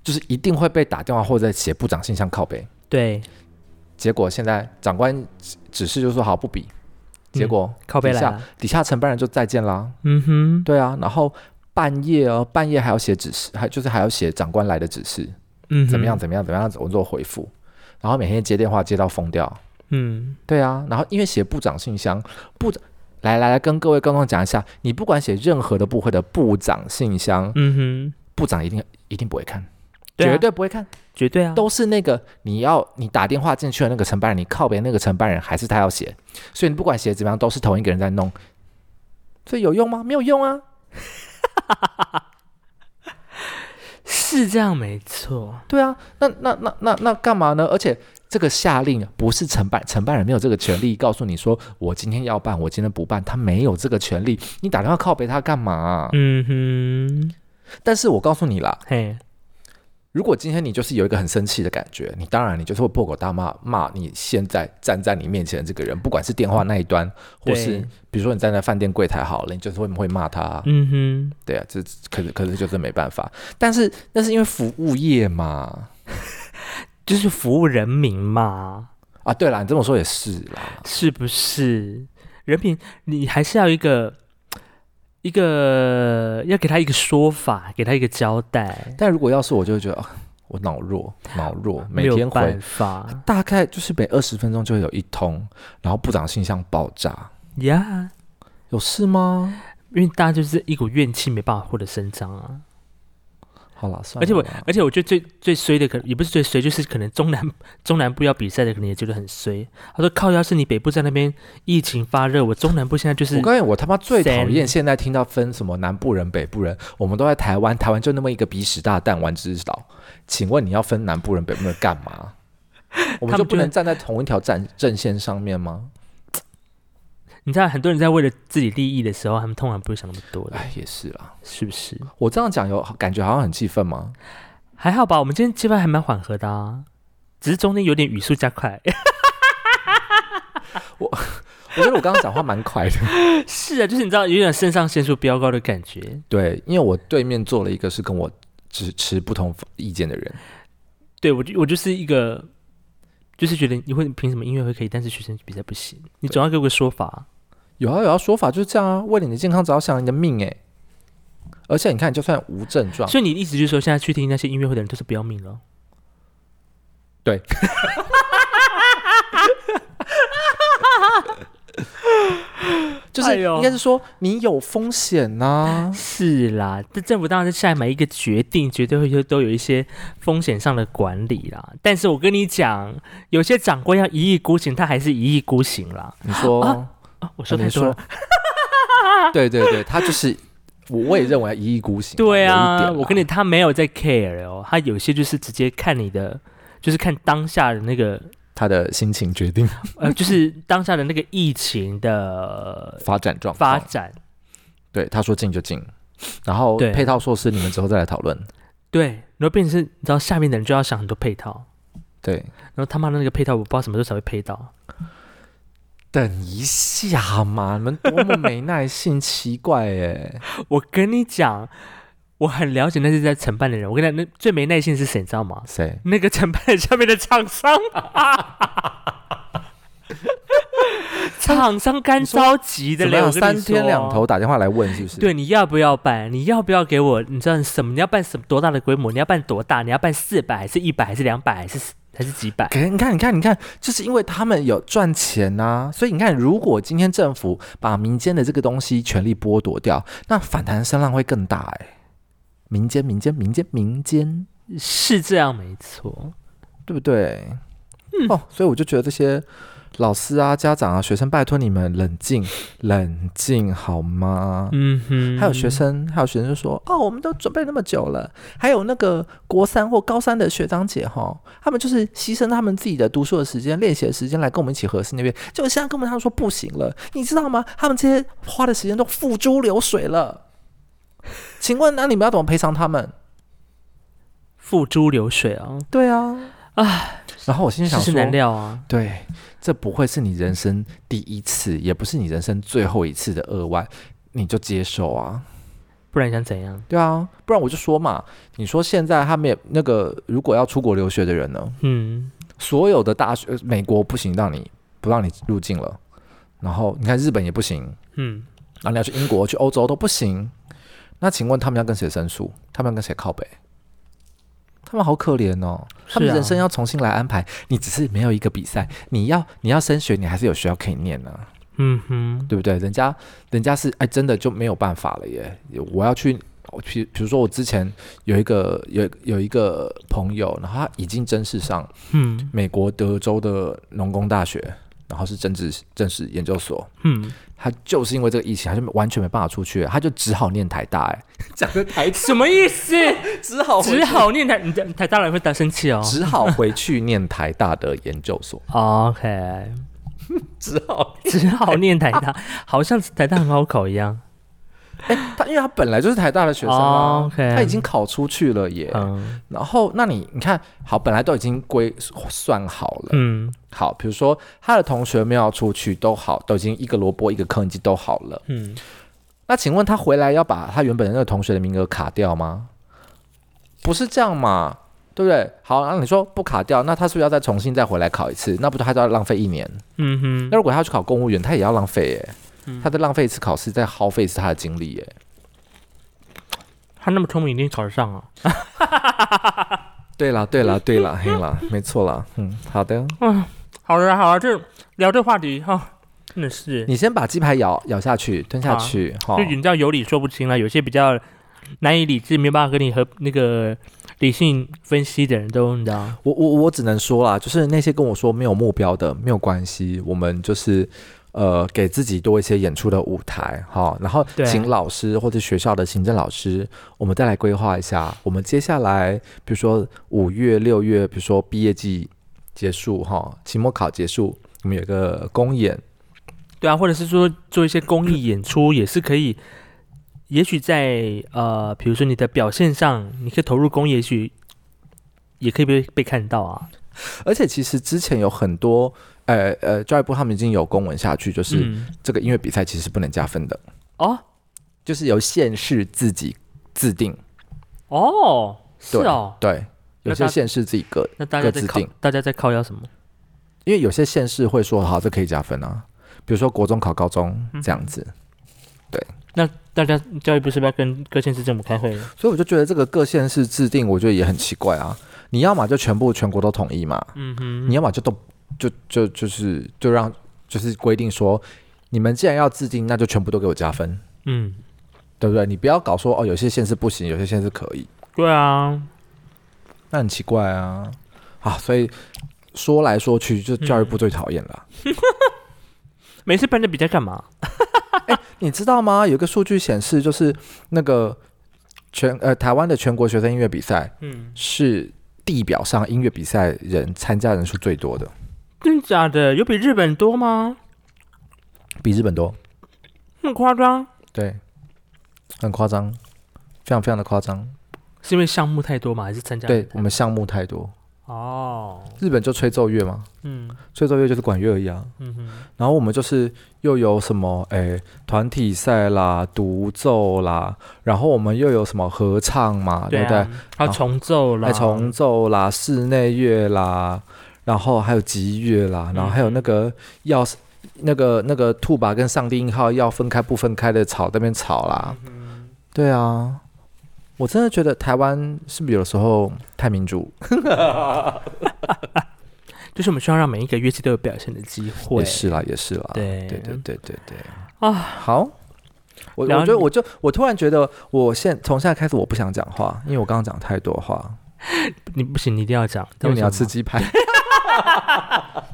B: 就是一定会被打电话或者写部长信箱靠背。
A: 对，
B: 结果现在长官指指示就说好不比，结果
A: 靠背
B: 底
A: 来
B: 下
A: 了。
B: 底下承办人就再见啦。
A: 嗯哼，
B: 对啊，然后半夜哦，半夜还要写指示，还就是还要写长官来的指示，
A: 嗯哼，
B: 怎么样？怎么样怎么样，怎么做回复，然后每天接电话接到疯掉。
A: 嗯，
B: 对啊，然后因为写部长信箱，部长来来来跟各位观众讲一下，你不管写任何的部会的部长信箱，
A: 嗯哼，
B: 部长一定一定不会看，
A: 对啊
B: 绝对不会看，
A: 绝对啊，
B: 都是那个你要你打电话进去的那个承办人，你靠别那个承办人还是他要写，所以你不管写怎么样，都是同一个人在弄，所以有用吗？没有用啊。
A: 是这样没错。
B: 对啊，那那那那那干嘛呢？而且这个下令不是承办承办人没有这个权利，告诉你说我今天要办，我今天不办，他没有这个权利。你打电话靠背他干嘛、啊
A: 嗯哼，
B: 但是我告诉你啦，
A: 嘿，
B: 如果今天你就是有一个很生气的感觉，你当然你就是会破口大骂骂你现在站在你面前的这个人，不管是电话那一端，或是
A: 对
B: 比如说你站在饭店柜台好了，你就是会会骂他啊、
A: 嗯
B: 对啊，这可是可是就是没办法。但是那是因为服务业嘛。
A: 哼，就是服务人民嘛，
B: 啊，对啦，你这么说也是啦，
A: 是不是？人品，你还是要一个一个要给他一个说法，给他一个交代，
B: 但如果要是我，就会觉得、啊、我脑弱，脑弱，每
A: 没有
B: 天回
A: 办法
B: 大概就是每二十分钟就会有一通，然后部长信箱爆炸，
A: 呀
B: 有事吗？
A: 因为大家就是一股怨气没办法获得伸张啊。
B: 好啦，算
A: 而
B: 了啦，
A: 且我，而且我觉得最最衰的可也不是最衰，就是可能中南 中南部要比赛的，可能也觉得很衰。他说靠，要是你北部在那边疫情发热，我中南部现在就是
B: 我告诉你，我他妈最讨
A: Send
B: 厌现在听到分什么南部人、北部人，我们都在台湾，台湾就那么一个鼻屎大弹丸之岛，请问你要分南部人、北部人干 嘛？我们
A: 他们就
B: 就不能站在同一条战阵线上面吗？
A: 你知道，很多人在为了自己利益的时候，他们通常不会想那么多的，
B: 哎，也是啦。
A: 是不是？
B: 我这样讲有感觉好像很气愤吗？
A: 还好吧，我们今天气氛还蛮缓和的啊，只是中间有点语速加快。
B: 我觉得我刚刚讲话蛮快的。
A: 是啊，就是你知道，有点肾上腺素飙高的感觉。
B: 对，因为我对面坐了一个是跟我持持不同意见的人，
A: 对我就，我就是一个，就是觉得你会凭什么音乐会可以，但是学生比赛不行？你总要给我个说法啊。
B: 有啊有啊，说法就是这样啊，为了你的健康着想，你的命哎、而且你看，就算无症状，
A: 所以你的意思就是说，现在去听那些音乐会的人都是不要命了？
B: 对。就是
A: 哎呦
B: 应该是说你有风险 呐、
A: 是啦，这政府当然是下来每一个决定，绝对会有都有一些风险上的管理啦。但是我跟你讲，有些长官要一意孤行，他还是一意孤行啦。
B: 你说，
A: 啊，我说
B: 你
A: 太多
B: 说
A: 了。，
B: 对对对，他就是我，我也认为一意孤行啊。
A: 对
B: 有一
A: 啊，
B: 点
A: 我跟你他没有在 care 哦，他有些就是直接看你的，就是看当下的那 个，
B: 他的心情决 定
A: 呃，就是当下的那个疫情的
B: 发展状
A: 发
B: 况。
A: 展。
B: 对，他说进就进，然后
A: 对
B: 配套措施你们之后再来讨论。
A: 对，然后变成是，你知道下面的人就要想很多配套，
B: 对，
A: 然后他妈的那个配套，我不知道什么时候才会配到。
B: 等一下嘛，你们多么没耐性， 奇怪哎！
A: 我跟你讲，我很了解那些在承办的人。我跟你讲，那最没耐心的是谁，你知道吗？
B: 谁？
A: 那个承办下面的厂 商，厂商干着急的
B: 怎么
A: 嘞，
B: 样？
A: 我跟
B: 三
A: 你
B: 天两
A: 说
B: 头打电话来问是不是？
A: 对，你要不要办？你要不要给我？你知道什么？你要办什么多大的规模？你要办多大？你要办四百还是一百还是两百还是还是几百？
B: 给你看，你看，你看，就是因为他们有赚钱呐、所以你看，如果今天政府把民间的这个东西权利剥夺掉，那反弹声浪会更大哎、民间，民间，民间，民间，
A: 是这样没错。
B: 对不对？哦，所以我就觉得这些老师啊、家长啊、学生，拜托你们冷静，冷静好吗？
A: 嗯哼，
B: 还有学生，还有学生就说：“哦，我们都准备那么久了。”还有那个国三或高三的学长姐哈，他们就是牺牲他们自己的读书的时间、练习的时间来跟我们一起合适那边。结果现在跟我们他们说不行了，你知道吗？他们这些花的时间都付诸流水了。请问，那你们要怎么赔偿他们？
A: 付诸流水啊，
B: 对啊，唉。然后我心里
A: 世
B: 想
A: 事
B: 说，
A: 难料啊。
B: 对，这不会是你人生第一次，也不是你人生最后一次的扼腕，你就接受啊。
A: 不然你想怎样？
B: 对啊，不然我就说嘛，你说现在他们也那个，如果要出国留学的人呢，
A: 嗯，
B: 所有的大学，呃美国不行，让你不让你入境了，然后你看日本也不行，
A: 嗯，
B: 然后你要去英国、去欧洲都不行，那请问他们要跟谁申诉？他们要跟谁靠北？他们好可怜哦，他们
A: 是啊
B: 人生要重新来安排。你只是没有一个比赛，你要你要升学，你还是有学校可以念呢、
A: 嗯哼，
B: 对不对？人家人家是哎，真的就没有办法了耶。我要去我比比如说我之前有一个有有一个朋友，然后他已经正式上
A: 嗯
B: 美国德州的农工大学，然后是政治政治研究所，
A: 嗯，
B: 他就是因为这个疫情，他就完全没办法出去，他就只好念台大、哎，讲的台
A: 什么意思？
B: 只好
A: 只好念台，你这台大人会打生气哦。
B: 只好回去念台大的研究所，
A: OK，
B: 只好
A: 只好念台大，好像台大很好考一样。
B: 哎他因为他本来就是台大的学生啊
A: 哦，OK
B: 他已经考出去了耶。
A: 嗯
B: 然后，那你你看好，本来都已经归算好了，
A: 嗯
B: 好，比如说他的同学没有出去都好，都已经一个萝卜一个坑已经都好了。
A: 嗯，
B: 那请问他回来要把他原本的那个同学的名额卡掉吗？不是这样嘛，对不对？好，那你说不卡掉，那他是不是要再重新再回来考一次？那不就还是要浪费一年？
A: 嗯哼，
B: 那如果他要去考公务员，他也要浪费耶、
A: 嗯
B: 他在浪费一次考试，再耗费一次他的精力耶、
A: 他那么聪明，一定考得上啊。
B: 对啦，对啦，对啦，嘿啦，没错啦，嗯，好的。
A: 好了好了，这聊这话题哈、真的是，
B: 你先把鸡排咬咬下去，吞
A: 啊
B: 下去，哈、
A: 就你知道有理说不清了，有些比较难以理智，没有办法跟你和那个理性分析的人都你知道，
B: 我我我只能说啦，就是那些跟我说没有目标的，没有关系，我们就是呃给自己多一些演出的舞台哈，然后
A: 对
B: 请老师或者学校的行政老师，我们再来规划一下，我们接下来比如说五月六月，比如说毕业季结束哈，期末考结束，我们有个公演，
A: 对啊，或者是说做一些公益演出也是可以，也许在呃，比如说你的表现上，你可以投入公益，也许也可以被被看到啊。
B: 而且其实之前有很多呃呃教育部他们已经有公文下去，就是。
A: 嗯、
B: 这个音乐比赛其实不能加分的，
A: 哦
B: 就是由县市自己自定。
A: 哦，是
B: 对
A: 哦，
B: 对，有
A: 那大
B: 些县市自己各，
A: 那大家
B: 各
A: 在
B: 自
A: 靠
B: 定
A: 大家在靠要什么？
B: 因为有些县市会说好，这可以加分啊。比如说国中考高中
A: 嗯
B: 这样子，
A: 那大家教育部是不是要跟各县市政府开会？
B: 所以我就觉得这个各县市制定，我觉得也很奇怪啊。你要么就全部全国都统一嘛，
A: 嗯哼，
B: 你要么就都就就就是就让就是规定说，你们既然要制定，那就全部都给我加分，
A: 嗯，
B: 对不对？你不要搞说哦，有些县市不行，有些县市可以。
A: 对啊，
B: 那很奇怪啊，啊，所以说来说去，就教
A: 嗯
B: 育部最讨厌了。
A: 每次办这比赛干嘛？
B: 你知道吗？有一个数据显示，就是那个全呃台湾的全国学生音乐比赛
A: 嗯，
B: 是地表上音乐比赛人参加人数最多的，
A: 真假的？有比日本多吗？
B: 比日本多，
A: 那么夸张？
B: 对，很夸张，非常非常的夸张。
A: 是因为项目太多吗？还是参加人
B: 对
A: 太
B: 我们项目太多，
A: 哦，
B: 日本就吹奏乐嘛，
A: 嗯
B: 吹奏乐就是管乐一样。
A: 嗯哼，
B: 然后我们就是又有什么诶团体赛啦、独奏啦，然后我们又有什么合唱嘛，对,、
A: 啊
B: 不，
A: 还有重奏
B: 对？
A: 啦，
B: 还哎重奏啦、室内乐啦，然后还有吉乐
A: 嗯
B: 啦，然后还有那个要是那个那个兔把跟上帝音号要分开不分开的吵在那边吵啦，
A: 嗯
B: 对啊。我真的觉得台湾是不是有时候太民主？
A: 就是我们需要让每一个乐器都有表现的机会
B: 也。是啦，也是啦。
A: 对
B: 对对对对对
A: 啊
B: 好，我我
A: 然后
B: 觉得
A: 你
B: 我就我突然觉得，我现从现在开始我不想讲话，因为我刚刚讲太多话，
A: 你不行，你一定要讲，
B: 因为你要吃
A: 为什
B: 鸡排。
A: 么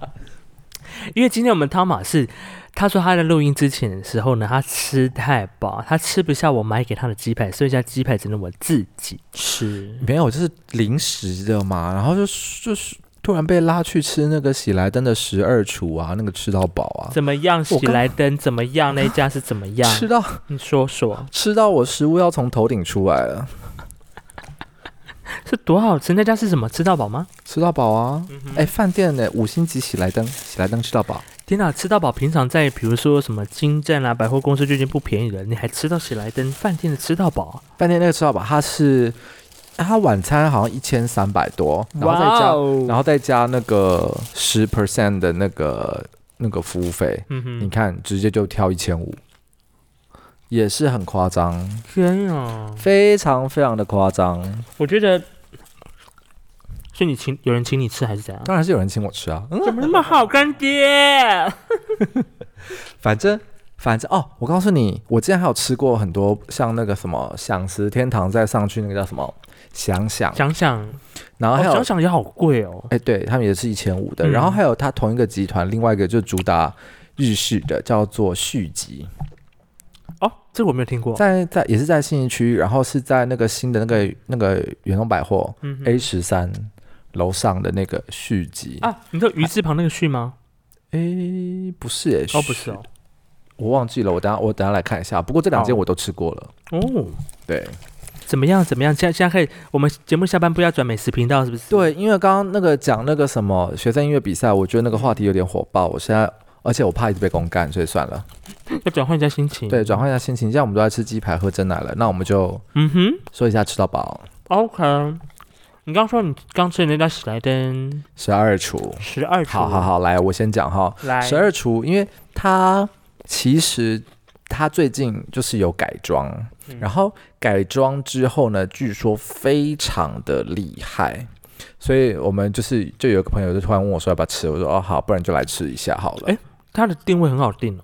A: 因为今天我们汤马是，他说他在录音之前的时候呢，他吃太饱，他吃不下我买给他的鸡排，剩下鸡排只能我自己吃。
B: 没有，就是临时的嘛，然后就就是突然被拉去吃那个喜来登的十二厨啊，那个吃到饱啊，
A: 怎么样？喜
B: 我刚
A: 来登怎么样？那一家是怎么样？
B: 吃到
A: 你说说，
B: 吃到我食物要从头顶出来了，
A: 是多好吃？那家是什么？吃到饱吗？
B: 吃到饱啊！哎、饭店呢，五星级喜来登，喜来登吃到饱，
A: 天哪，吃到饱！平常在比如说什么金站啊、百货公司就已经不便宜了，你还吃到喜来登饭店的吃到饱，
B: 饭店那个吃到饱，它是它晚餐好像一千三百多，然后再加
A: 哦
B: 然后再加那个十 percent 的那个那个服务费，
A: 嗯
B: 你
A: 哼，
B: 看直接就跳一千五，也是很夸张，
A: 天啊！
B: 非常非常的夸张。
A: 我觉得是你请有人请你吃还是怎样？
B: 当然是有人请我吃啊，嗯，
A: 怎么那么好，干爹？
B: 反正反正哦，我告诉你，我之前还有吃过很多像那个什么享食天堂，再上去那个叫什么想想，
A: 想想，
B: 然
A: 哦
B: 后还有哎、
A: 想想也好贵哦。
B: 对他们也是一千五的。
A: 嗯
B: 然后还有它同一个集团，另外一个就主打日式的，叫做续集，
A: 哦，这个我没有听过。
B: 在在也是在信义区，然后是在那个新的那个那个远东百货
A: 嗯哼
B: A 十三楼上的那个续集。哎、
A: 啊，你知道鱼字旁那个续吗？
B: 不是耶、
A: 哦，不是哦，
B: 我忘记了，我等下我等下来看一下。不过这两间
A: 好
B: 我都吃过了，
A: 哦，
B: 对。
A: 怎么样？怎么样？现在现在可以，我们节目下班不要转美食频道，是不是？，
B: 对，因为刚刚那个讲那个什么学生音乐比赛，我觉得那个话题有点火爆。我现在，而且我怕一直被公干，所以算了。
A: 要转换一下心情。
B: 对，，转换一下心情，现在我们都在吃鸡排、喝真奶了，那我们就
A: 嗯哼
B: 说一下吃到饱。
A: ，OK。你刚说你刚吃的那家史莱登
B: 十二厨，
A: 十二厨，
B: 好好好，来，我先讲哈。
A: 来，
B: 十二厨，因为它其实它最近就是有改装，
A: 嗯
B: 然后改装之后呢，据说非常的厉害。所以我们就是就有个朋友就突然问我说要不要吃，我说哦好，不然就来吃一下好了。
A: 哎它的定位很好定哦。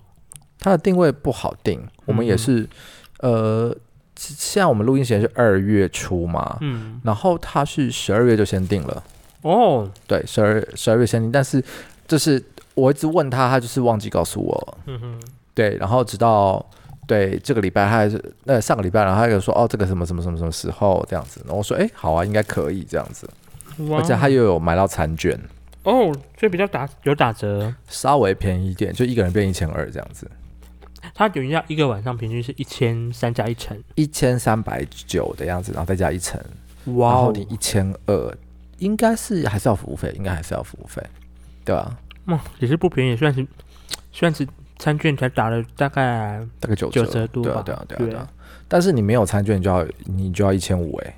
B: 它的定位不好定，我
A: 嗯
B: 们也是，呃，其现在我们录音时间是二月初嘛，
A: 嗯，
B: 然后它是十二月就先定了，
A: 哦，
B: 对，十二十二月先定，但是就是我一直问他，他就是忘记告诉我，
A: 嗯哼，
B: 对，然后直到对这个礼拜他还是那上个礼拜，然后他又说哦这个什么什么什么什么时候这样子，然后我说哎好啊，应该可以这样子，而且
A: 哇
B: 他又有买到餐券，
A: 哦，所以比较打有打折，
B: 稍微便宜一点，就一个人变一千二这样子，
A: 它等于要一个晚上平均是一千三加一成。
B: 一千三百九的样子，然后再加一层。
A: 哇
B: 然后你一千二，应该是还是要服务费，应该还是要服务费，对啊吧、
A: 哇，也是不便宜，算是算是餐券才打了大概
B: 大概九
A: 九
B: 折
A: 折多
B: 对啊
A: 吧。
B: 对啊对啊对啊。但是你没有餐券，你就要你就要一千五哎。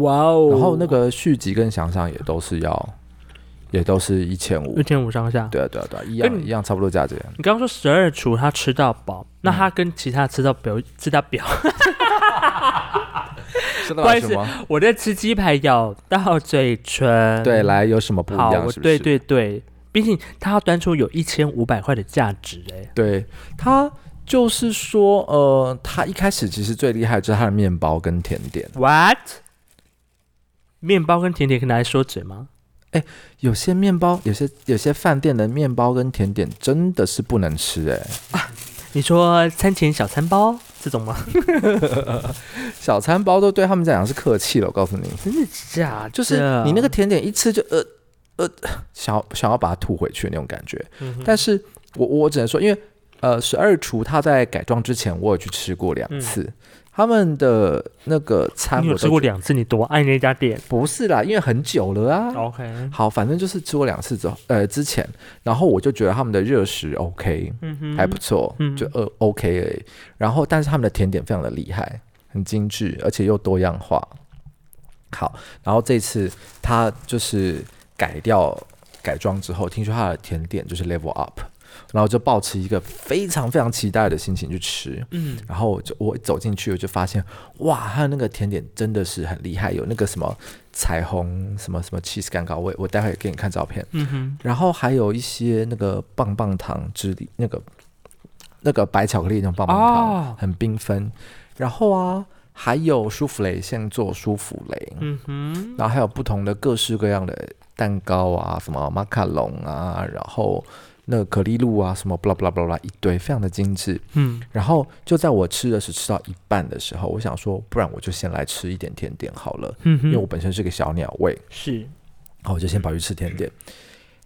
A: 哇哦
B: 然后那个续集跟想想也都是要，也都是一千五
A: 一。千五上下。
B: 对啊对啊对啊，一
A: 跟
B: 样
A: 你
B: 一样，差不多价钱。
A: 你刚刚说十二厨他吃到饱，那
B: 嗯
A: 他跟其他吃到表吃到表，
B: 是
A: 不好意
B: 什
A: 思
B: 么？
A: 我在吃鸡排咬到嘴唇。
B: 对，，来有什么不一
A: 好，
B: 样？
A: 我
B: 是不是
A: 对对对，毕竟他要端出有一千五百块的价值哎。
B: 对，它就是说，呃，它一开始其实最厉害就是它的面包跟甜点，
A: What？面包跟甜点可以拿来说嘴吗？
B: 有些面包，有些有些饭店的面包跟甜点真的是不能吃哎、
A: 你说餐前小餐包这种吗？
B: 小餐包都对他们来讲是客气了，我告诉你，
A: 真的假的？
B: 就是你那个甜点一吃就呃呃，想要想要把它吐回去那种感觉。
A: 嗯哼，
B: 但是我我只能说，因为呃，十二厨它在改装之前，我有去吃过两次，他们的那个餐
A: 嗯你
B: 我
A: 有
B: 都
A: 吃过
B: 觉得
A: 两次，你多爱那家店
B: 不是啦，因为很久了啊。
A: ？OK，
B: 好，反正就是吃过两次之后，呃，之前，然后我就觉得他们的热食 OK，
A: 嗯哼，
B: 还不错，
A: 嗯
B: 就呃 OK 而已。然后，但是他们的甜点非常的厉害，很精致，而且又多样化。好，然后这次他就是改掉改装之后，听说他的甜点就是 level up，然后就抱持一个非常非常期待的心情去吃。
A: 嗯，
B: 然后我就我一走进去，我就发现，哇，他的那个甜点真的是很厉害，有那个什么彩虹什么什么 cheese 蛋糕，我我待会给你看照片。
A: 嗯哼，
B: 然后还有一些那个棒棒糖之类，那个那个白巧克力那种棒棒糖，
A: 哦
B: 很缤纷。然后啊，还有舒芙蕾现做舒芙蕾，
A: 嗯哼，
B: 然后还有不同的各式各样的蛋糕啊，什么马卡龙啊，然后那个可丽露啊，什么巴拉巴拉巴拉一堆，非常的精致。
A: 嗯，
B: 然后就在我吃的是吃到一半的时候，我想说，不然我就先来吃一点甜点好了，
A: 嗯
B: 因为
A: 哼，
B: 我本身是个小鸟胃。
A: 是，
B: 然后我就先跑去吃甜点，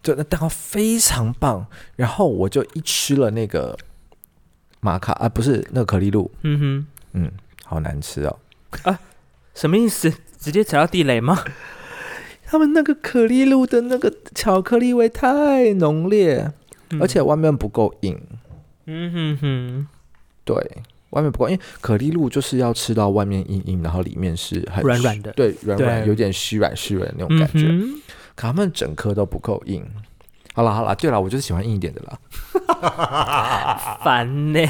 B: 就那蛋糕非常棒，然后我就一吃了那个玛卡啊，不是那个可丽露，
A: 嗯哼，
B: 嗯，好难吃哦。
A: 什么意思？直接踩到地雷吗？
B: 他们那个可丽露的那个巧克力味太浓烈，
A: 嗯
B: 而且外面不够硬，
A: 嗯哼哼，
B: 对，外面不够，因为可丽露就是要吃到外面硬硬，然后里面是很
A: 软软的
B: 对，软软
A: 对
B: 有点虚软虚软的那种
A: 嗯
B: 感觉。
A: 哼，
B: 可他们整颗都不够硬。好啦好啦，对啦，我就是喜欢硬一点的啦。啊
A: 烦呢、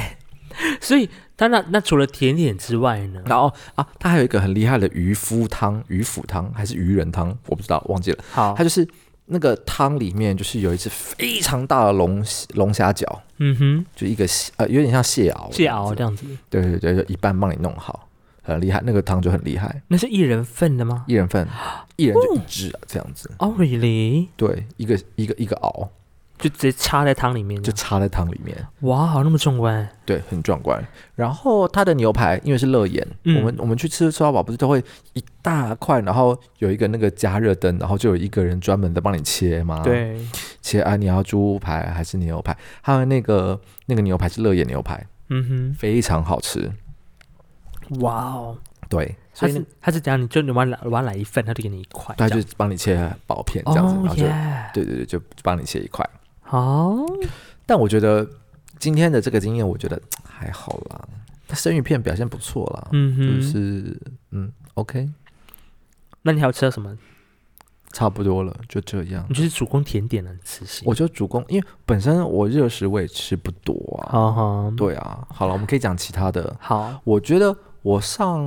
A: 所以他那那除了甜点之外呢？
B: 然后啊，它还有一个很厉害的渔夫汤、鱼腐汤还是鱼人汤，我不知道忘记了。
A: 好
B: 它，就是那个汤里面就是有一只非常大的龙龙虾饺，
A: 嗯哼，
B: 就一个蟹呃，有点像蟹螯，
A: 蟹熬这样子，
B: 对对对，就一半帮你弄好，很厉害，那个汤就很厉害，
A: 那是一人份的吗
B: 一人份，一人
A: 哦
B: 就一只、这样子，
A: ？Oh really？
B: 对，一个一个一个熬，
A: 就直接插在汤里面
B: 就
A: 这样，
B: 插在汤里面，
A: 哇，好那么壮观，
B: 对，很壮观。然后它的牛排因为是乐眼，
A: 嗯
B: 我们我们去吃吃到饱不是都会一大块，然后有一个那个加热灯，然后就有一个人专门的帮你切吗？，
A: 对，
B: 切啊，你要猪排还是牛排？还有那个那个牛排是乐眼牛排，
A: 嗯
B: 非常好吃。
A: 哼，哇哦，
B: 对，
A: 他
B: 所以那
A: 是他是怎样？你就你晚来晚来一份，他就给你一块，
B: 他
A: 这
B: 就
A: 样
B: 帮你切薄片这样子，然
A: 哦
B: 后就
A: 耶，
B: 对对对，就帮你切一块。
A: 哦，
B: 但我觉得今天的这个经验，我觉得嘖还好啦，它生鱼片表现不错啦，
A: 嗯
B: 就
A: 哼，
B: 是嗯，OK，
A: 那你还有吃到
B: 嗯
A: 什么？
B: 差不多了，就这样
A: 你。就是主攻甜点了，吃蟹，
B: 我就主攻，因为本身我热食我也吃不多啊。
A: 好好
B: 对啊，好了，我们可以讲其他的。
A: 哦好，
B: 我觉得我上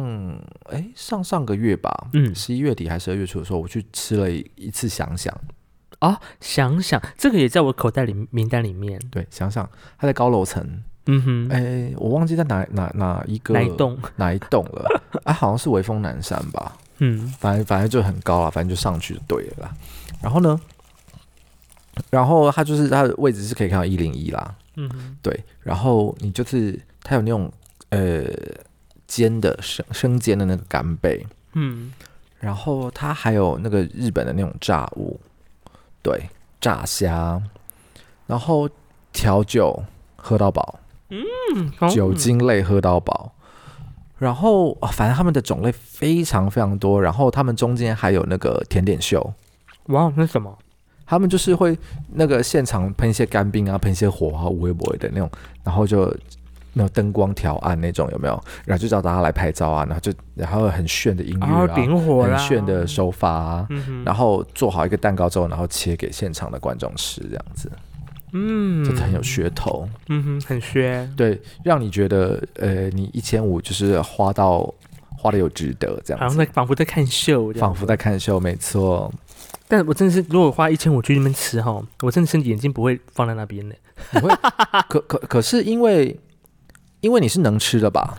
B: 哎上上个月吧，
A: 嗯
B: 十一月底还是二月初的时候，我去吃了一一次想想，
A: 啊，想想这个也在我口袋里名单里面，
B: 对，想想它在高楼层，
A: 嗯哼，
B: 哎、我忘记在哪哪哪一个
A: 哪一栋？
B: 哪一栋 了，啊，好像是微风南山吧，
A: 嗯，
B: 反正反正就很高了，反正就上去就对了啦。然后呢，然后它就是它的位置是可以看到一零一啦，
A: 嗯哼，
B: 对，然后你就是它有那种呃煎的生生煎的那个干贝，
A: 嗯，
B: 然后它还有那个日本的那种炸物，对，炸虾，然后调酒喝到饱，
A: 好
B: 酒精类喝到饱。然后，啊反正他们的种类非常非常多。然后他们中间还有那个甜点秀，
A: 哇，那是什么？
B: 他们就是会那个现场喷一些干冰啊，喷一些火花、微博的那种，然后就那种灯光调暗那种有没有？然后就叫大家来拍照啊，然后就然后很炫的音乐
A: 啊，
B: 啊，
A: 点火啦，
B: 很炫的手法啊，
A: 嗯哼，
B: 然后做好一个蛋糕之后，然后切给现场的观众吃，这样子
A: 嗯，
B: 就很有噱头，
A: 嗯哼，很削，
B: 对，让你觉得呃，你一千五就是花到花的有值得这
A: 好
B: 样
A: 像
B: 子，
A: 在仿佛在看秀这样，
B: 仿佛在看秀，没错，
A: 但我真的是，如果花一千五去那边吃哈，我真的是眼睛不会放在那边的。
B: 你会可可可是因为因为你是能吃的吧？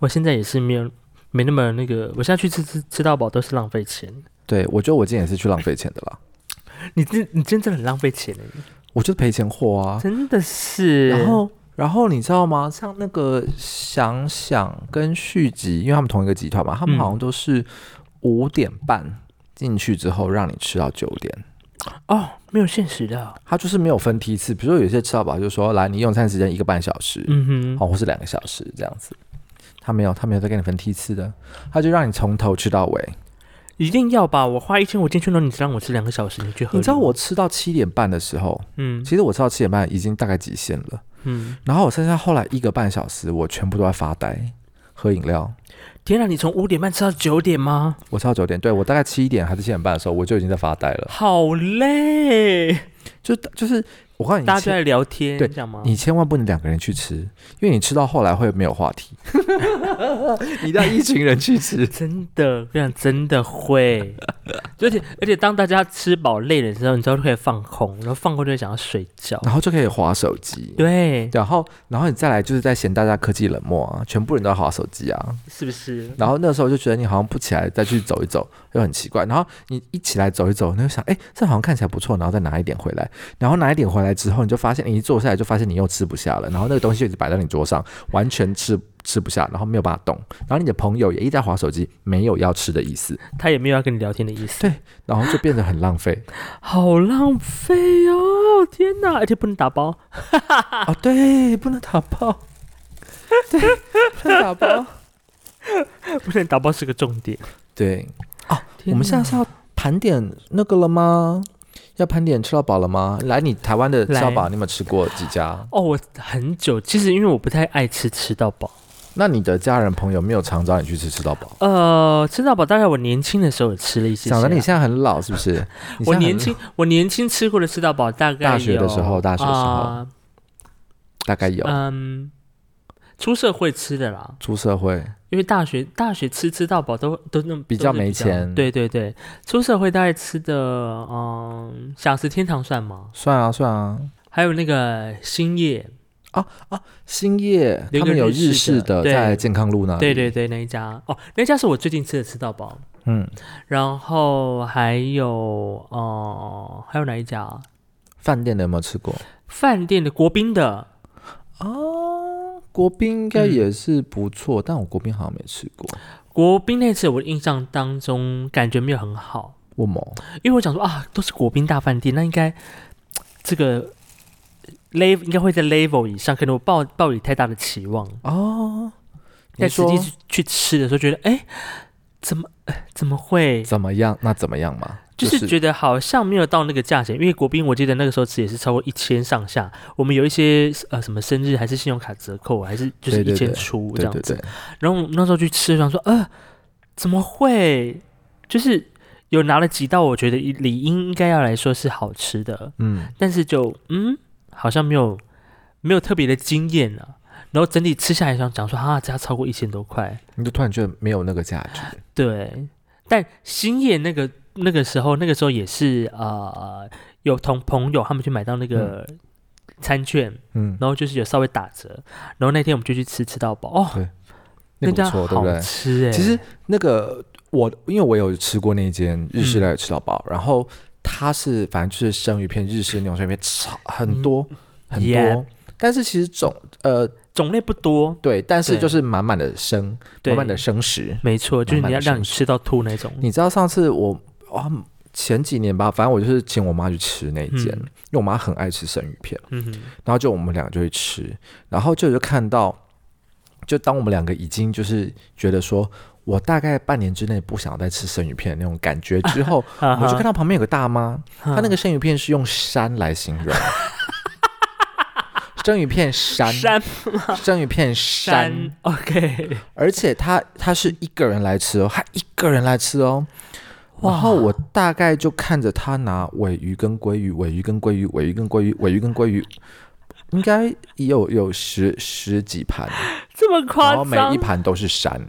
A: 我现在也是没有没那么那个，我现在去吃吃吃到饱都是浪费钱。
B: 对，我觉得我今天也是去浪费钱的啦，
A: 你真你真的很浪费钱哎，
B: 我就是赔钱货啊。
A: 真的是。
B: 然后，然后你知道吗？像那个想想跟续集，因为他们同一个集团嘛，他们
A: 嗯
B: 好像都是五点半进去之后让你吃到九点，
A: 哦，没有现实的哦、
B: 他就是没有分梯次。比如说有些吃到饱就说来你用餐时间一个半小时，
A: 嗯哼，
B: 哦，或是两个小时这样子。他没有，他没有再给你分梯次的，他就让你从头吃到尾。
A: 一定要吧？我花一千五进去，然后你只让我吃两个小时，你去喝。
B: 你知道我，吃到七点半的时候，
A: 嗯
B: 其实我吃到七点半已经大概极限了。
A: 嗯，
B: 然后我剩下后来一个半小时，我全部都在发呆，喝饮料。
A: 天哪，你从五点半吃到九点吗？
B: 我吃到九点，对我大概七点还是七点半的时候，我就已经在发呆了。
A: 好累，
B: 就就是我告诉你，
A: 大家
B: 你
A: 就
B: 千
A: 在聊天，
B: 对
A: 这样吗？
B: 你千万不能两个人去吃，因为你吃到后来会没有话题。 你让一群人去吃，
A: 真的，这样真的会， 而且而且当大家吃饱累的时候，你知道就可以放空，然后放空就会想要睡 觉。
B: 然后就可以划手机。
A: 对，
B: 然后，然后你再来就是在嫌大家科技冷漠啊，全部人都在划手机啊。
A: 是不是？
B: 然后那时候就觉得你好像不起来再去走一走，又很奇怪。然后你一起来走一走，你就想，哎，这好像看起来不错，然后再拿一点回来，然后拿一点回来之后，你就发现你一坐下来就发现你又吃不下了，然后那个东西就一直摆在你桌上，完全吃吃不下，然后没有办法动。然后你的朋友也一直在划手机，没有要吃的意思，
A: 他也没有要跟你聊天的意思，
B: 对然后就变得很浪 费
A: 好浪费哦！天哪，而且不能打包，
B: 啊、对，不能打包， 对，不能打包，
A: 不能打包是个重点。
B: 对。
A: 天
B: 我们现在
A: 哪
B: 是要盘点那个了吗？要盘点吃到饱了吗？来，你台湾的吃到饱，
A: 来
B: 你有没有吃过几家？
A: 哦，我很久，其实因为我不太爱吃吃到饱。
B: 那你的家人朋友没有常找你去吃吃到饱？
A: 呃，吃到饱大概我年轻的时候有吃了一些些啊，
B: 想着你现在很老是 不是？你现在
A: 我
B: 很
A: 年轻，我年轻吃过的吃到饱大概
B: 大学的
A: 有
B: 时候大学的时候
A: 啊
B: 大概有
A: 呃嗯，出社会吃的啦，
B: 出社会，
A: 因为大学大学吃吃到饱都都那么
B: 比较没钱
A: 对对对，出社会大概吃的嗯，想食天堂算吗？
B: 算啊算啊，
A: 还有那个兴业，
B: 兴业
A: 有一
B: 他
A: 个
B: 们有
A: 日
B: 日
A: 式的
B: 式的，
A: 对
B: 在健康路那里。
A: 对对，对，那一家哦，那一家是我最近吃的吃到饱，
B: 嗯，
A: 然后还有哦、还有哪一家啊？
B: 饭店的有没有吃过？
A: 饭店的国宾的，
B: 哦，国宾应该也是不
A: 嗯
B: 错，但我国宾好像没吃过。
A: 国宾那次我的印象当中感觉没有很好，
B: 我某
A: 因为我想说啊，都是国宾大饭店，那应该这个 level 应该会在 level 以上，可能我抱抱以太大的期望，
B: 哦，
A: 但
B: 你
A: 实
B: 说
A: 际去去吃的时候觉得，哎，怎么呃怎么会？
B: 怎么样？那怎么样嘛？
A: 就是觉得好像没有到那个价钱，因为国宾我记得那个时候吃也是超过一千上下，我们有一些呃什么生日还是信用卡折扣，还是就是
B: 对
A: 一
B: 对对
A: 千出这
B: 对
A: 样
B: 对
A: 子。
B: 对，
A: 然后那时候去吃，想说，呃，怎么会？就是有拿了几道，我觉得理应应该要来说是好吃的，
B: 嗯，
A: 但是就嗯，好像没有没有特别的惊艳啊。然后整体吃下来，想讲说啊，这要超过一千多块，
B: 你就突然觉得没有那个价值。
A: 对。但兴业那个那个时候，那个时候也是呃，有同朋友他们去买到那个餐券，
B: 嗯，
A: 然后就是有稍微打折，然后那天我们就去吃，吃到饱哦，
B: 那个
A: 家
B: 不错，对不
A: 好
B: 对？
A: 吃哎、
B: 其实那个我因为我有吃过那间日式
A: 嗯
B: 料理吃到饱，然后它是反正就是生鱼片、日式牛生鱼片，超很多、很多。
A: 嗯 Yeah
B: 但是其实总呃
A: 种类不多，
B: 对，但是
A: 对
B: 就是满满的生，
A: 对
B: 满满的生食。
A: 没错，就是你
B: 慢
A: 要
B: 慢地
A: 让你
B: 生
A: 吃到吐那种。
B: 你知道上次我啊、前几年吧，反正我就是请我妈去吃那一间，
A: 嗯
B: 因为我妈很爱吃生鱼片，
A: 嗯哼，
B: 然后就我们两个就去吃，然后就就看到，就当我们两个已经就是觉得说。我大概半年之内不想再吃生鱼片的那种感觉之 后，我就看到旁边有个大妈，
A: 他
B: 她那个生鱼片是用“山”来形 容，生鱼片山，
A: 山
B: 生鱼片山，
A: 山，OK，
B: 而且她她是一个人来吃哦，她一个人来吃哦，
A: 哇
B: 然后我大概就看着他拿尾鱼跟鲑鱼，尾鱼跟鲑鱼，尾鱼跟鲑鱼，尾鱼跟鲑鱼，应该也有有十十几盘，
A: 这么
B: 然
A: 夸
B: 后每
A: 张
B: 一盘都是山，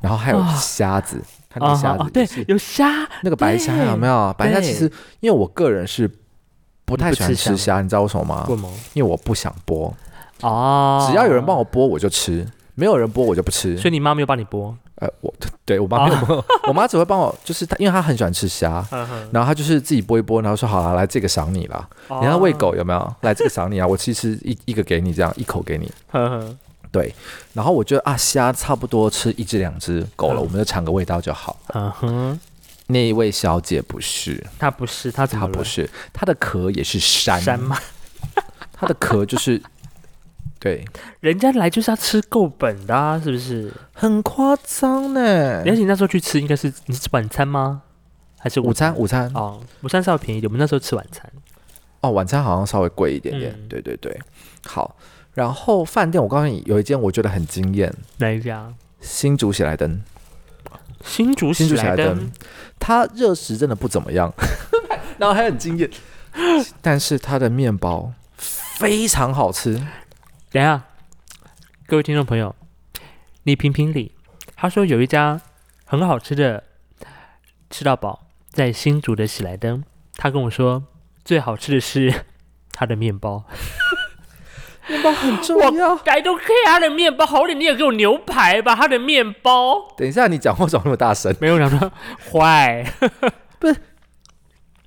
B: 然后还有虾子，看那
A: 啊
B: 虾
A: 哈
B: 子
A: 哦，
B: 也
A: 对
B: 是，
A: 有虾，
B: 那个白虾有没有？白虾其实因为我个人是不太喜欢
A: 你不吃
B: 吃虾，你知道为什么吗
A: 为？什么？
B: 因为我不想剥，
A: 哦，哦
B: 只要有人帮我剥我就吃，没有人剥我就不吃。
A: 所以你啊妈没有帮你剥，
B: 呃，我对我妈没有剥，我妈只会帮我，就是她，因为她很喜欢吃虾。然后他就是自己剥一剥，然后说好了，来这个赏你啦。
A: 哦
B: 你要喂，狗有没有？来这个赏你啊，我其实一一个给你，这样一口给你。
A: 呵呵
B: 对，然后我觉得啊，虾差不多吃一只两只够了，
A: 嗯
B: 我们就尝个味道就好。
A: 嗯哼，
B: 那一位小姐不是，
A: 他不是，他怎
B: 她
A: 么了
B: 不是，她的壳也是山，
A: 山吗？
B: 她的 壳就是，对，
A: 人家来就是要吃够本的，啊，是不是？
B: 很夸张呢
A: 而。且那时候去吃应该是你是晚餐吗？还是
B: 午餐，午餐
A: 哦，午餐稍微便宜一点，我们那时候吃晚餐。
B: 哦，晚餐好像稍微贵一点点。
A: 嗯
B: 对对对，好。然后饭店，我告诉你，有一间我觉得很惊艳，
A: 哪一家？
B: 新竹喜来登。
A: 新竹
B: 新
A: 喜
B: 竹喜
A: 来
B: 来
A: 登
B: 登，，它热食真的不怎么样， 然后还很惊艳，但是它的面包非常好吃。
A: 等一下，各位听众朋友，你评评理。他说有一家很好吃的吃到饱，在新竹的喜来登。他跟我说最好吃的是 他的面包。
B: 面包很重要。
A: I don't care 他的面包，好点你也给我牛排吧，他的面包。
B: 等一下，你讲话怎么那么大声？
A: 没有想说坏，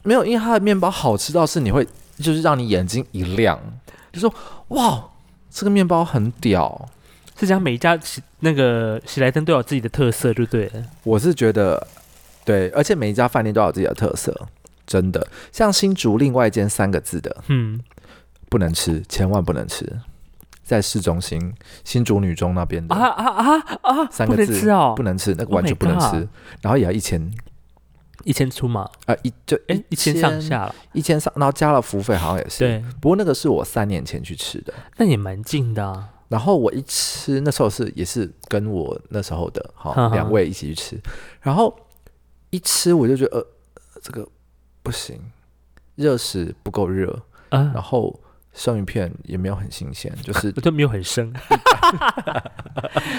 B: 没有，因为它的面包好吃到是你会，就是让你眼睛一亮，就说哇，这个面包很屌。
A: 是讲每一家喜那个喜来登都有自己的特色，就对了。
B: 我是觉得，对，而且每一家饭店都有自己的特色，真的。像新竹另外一间三个字的，
A: 嗯，
B: 不能吃，千万不能吃，在市中心新竹女中那边的
A: 啊啊啊啊，
B: 三
A: 不
B: 个
A: 能
B: 字
A: 吃哦
B: 不，能吃，那个
A: Oh
B: 完
A: my
B: 全不能吃
A: God
B: 然后也要一千
A: 一千出嘛，
B: 啊、一就
A: 哎，一千上下了。
B: 一千上，然后加了服务费好像也是。，
A: 对，
B: 不过那个是我三年前去吃的，
A: 那也蛮近的、啊。
B: 然后我一吃那时候是也是跟我那时候的好
A: 哈哈
B: 两位一起去吃，然后一吃我就觉得呃这个不行，热食不够热，
A: 啊
B: 然后生鱼片也没有很新鲜，就是
A: 我都没有很 生，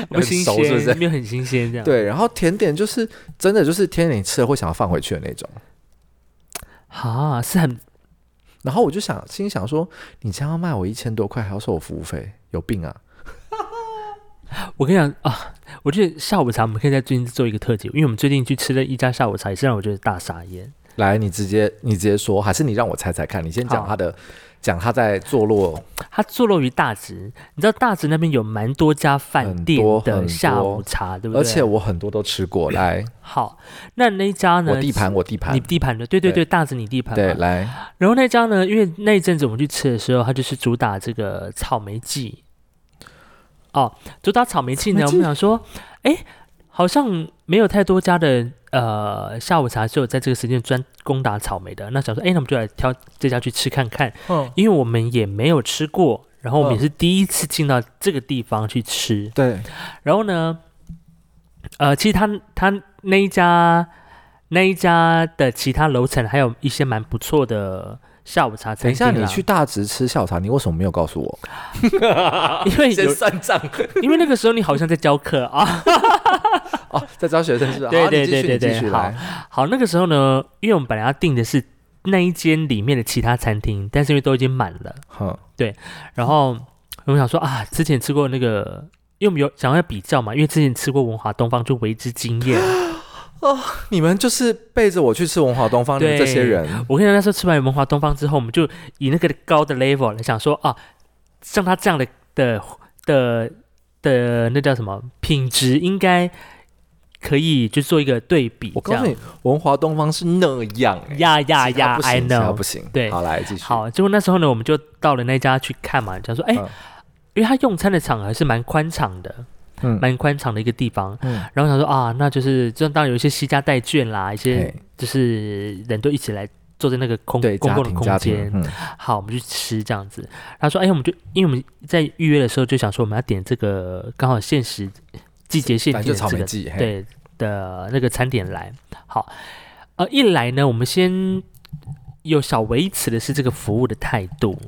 A: 不新
B: 很熟是不是
A: 鲜，没有很新鲜这样。，
B: 对。然后甜点就是真的就是甜点，你吃了会想要放回去的那种。
A: 啊，是很
B: 然后我就想心想说，你这样要卖我一千多块，还要收我服务费，有病啊！
A: 我跟你讲啊，我觉得下午茶我们可以在最近做一个特辑，因为我们最近去吃了一家下午茶，也是让我觉得大傻眼。
B: 来，你直接你直接说，还是你让我猜猜看？你先讲
A: 好
B: 他的，讲他在坐落
A: 它坐落于大直，你知道大直那边有蛮多家饭
B: 很
A: 店
B: 多很
A: 的
B: 多
A: 下午茶，对不对？
B: 而且我很多都吃过，来，
A: 好，那那一家呢？
B: 我地盘，我地盘
A: 你，地盘的，对对对，
B: 对
A: 大直你地盘嘛。
B: 对，来，
A: 然后那家呢，因为那一阵子我们去吃的时候，它就是主打这个草莓季。哦，主打草莓季呢，
B: 草莓
A: 我
B: 季
A: 们想说，哎，好像没有太多家的呃下午茶是有在这个时间专攻打草莓的。那想说，哎，那我们就来挑这家去吃看看，
B: 嗯，
A: 因为我们也没有吃过，然后我们
B: 嗯
A: 也是第一次进到这个地方去吃。
B: 对，
A: 然后呢，呃，其实他他那一家那一家的其他楼层还有一些蛮不错的下午茶
B: 等
A: 餐
B: 一
A: 厅
B: 下
A: 啦。
B: 你去大直吃下午茶，你为什么没有告诉我？
A: 因 为有
B: 算账
A: 啊因为那个时候你好像在教课啊。
B: 哦，在招学生是吧？
A: 对
B: 好
A: 对
B: 你继
A: 对
B: 续
A: 对对
B: 你继续
A: 好
B: 来，
A: 好，那个时候呢，因为我们本来要订的是那一间里面的其他餐厅，但是因为都已经满了，
B: 哼，
A: 然后我们想说啊，之前吃过那个。因为我们有想要比较嘛，因为之前吃过文华东方就为之惊艳。
B: 你们就是背着我去吃文华东方的
A: 对
B: 这些人，
A: 我跟你讲，那时候吃完文华东方之后，我们就以那个高的 level 来想说啊，像他这样的的的的那叫什么品质，应该可以就做一个对比。
B: 我告诉
A: 这
B: 你，文华东方是那样欸，
A: 样，呀呀
B: 其他
A: 呀
B: 不
A: ，I
B: 行，其他
A: know
B: 不。行，
A: 对
B: 好来继续，
A: 好，结果那时候呢，我们就到了那家去看嘛，想说，哎、
B: 嗯
A: 因为他用餐的场合是蛮宽敞的，
B: 嗯
A: 蛮宽敞的一个地方。
B: 嗯，
A: 然后想说啊，那就是就当然有一些西家带眷啦，一些
B: 嘿
A: 就是人都一起来坐在那个空
B: 对，
A: 公
B: 家
A: 共的
B: 庭
A: 空
B: 家
A: 间
B: 庭，，嗯，
A: 好，我们去吃这样子。他说：“哎、我们就因为我们在预约的时候就想说我们要点这个刚好限时季节限
B: 反正
A: 定的
B: 就草
A: 这
B: 莓
A: 个
B: 季，嘿，
A: 对的那个餐点来。好，呃，一来呢，我们先有小维持的是这个服务的态度，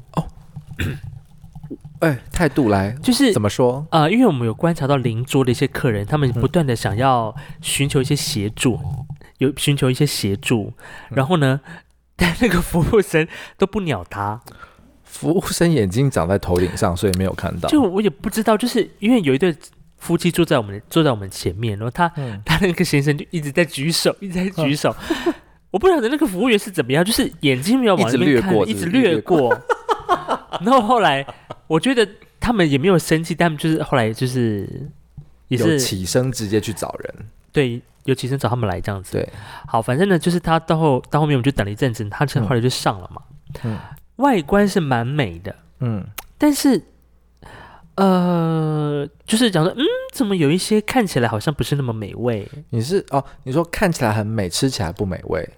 B: 哎，态度来，
A: 就是
B: 怎么嗯说？
A: 呃，因为我们有观察到邻桌的一些客人，他们不断的想要寻求一些协助，有寻求一些协助，
B: 嗯
A: 然后呢， 但那个服务生都不鸟他。”
B: 服务生眼睛长在头顶上，所以没有看到。
A: 就我也不知道，就是因为有一对夫妻坐在我们的坐在我们前面，然后他、
B: 嗯
A: 他那个先生就一直在举手， 一直在举手。我不晓得那个服务员是怎么样，就是眼睛没有往
B: 一
A: 那
B: 直
A: 边
B: 掠
A: 看，
B: 过
A: 一
B: 是
A: 直
B: 不是
A: 掠过。然后后来，我觉得他们也没有生气，但他们就是后来就是也
B: 有
A: 是
B: 起身直接去找人，
A: 对，尤其是找他们来这样子。
B: 对，
A: 好，反正呢，就是他到后到后面我们就等了一阵子，他
B: 嗯
A: 后来就上了嘛。
B: 嗯
A: 外观是蛮美的，
B: 嗯，
A: 但是，呃，就是讲说，嗯，怎么有一些看起来好像不是那么美味？
B: 你是哦，你说看起来很美，吃起来不美味，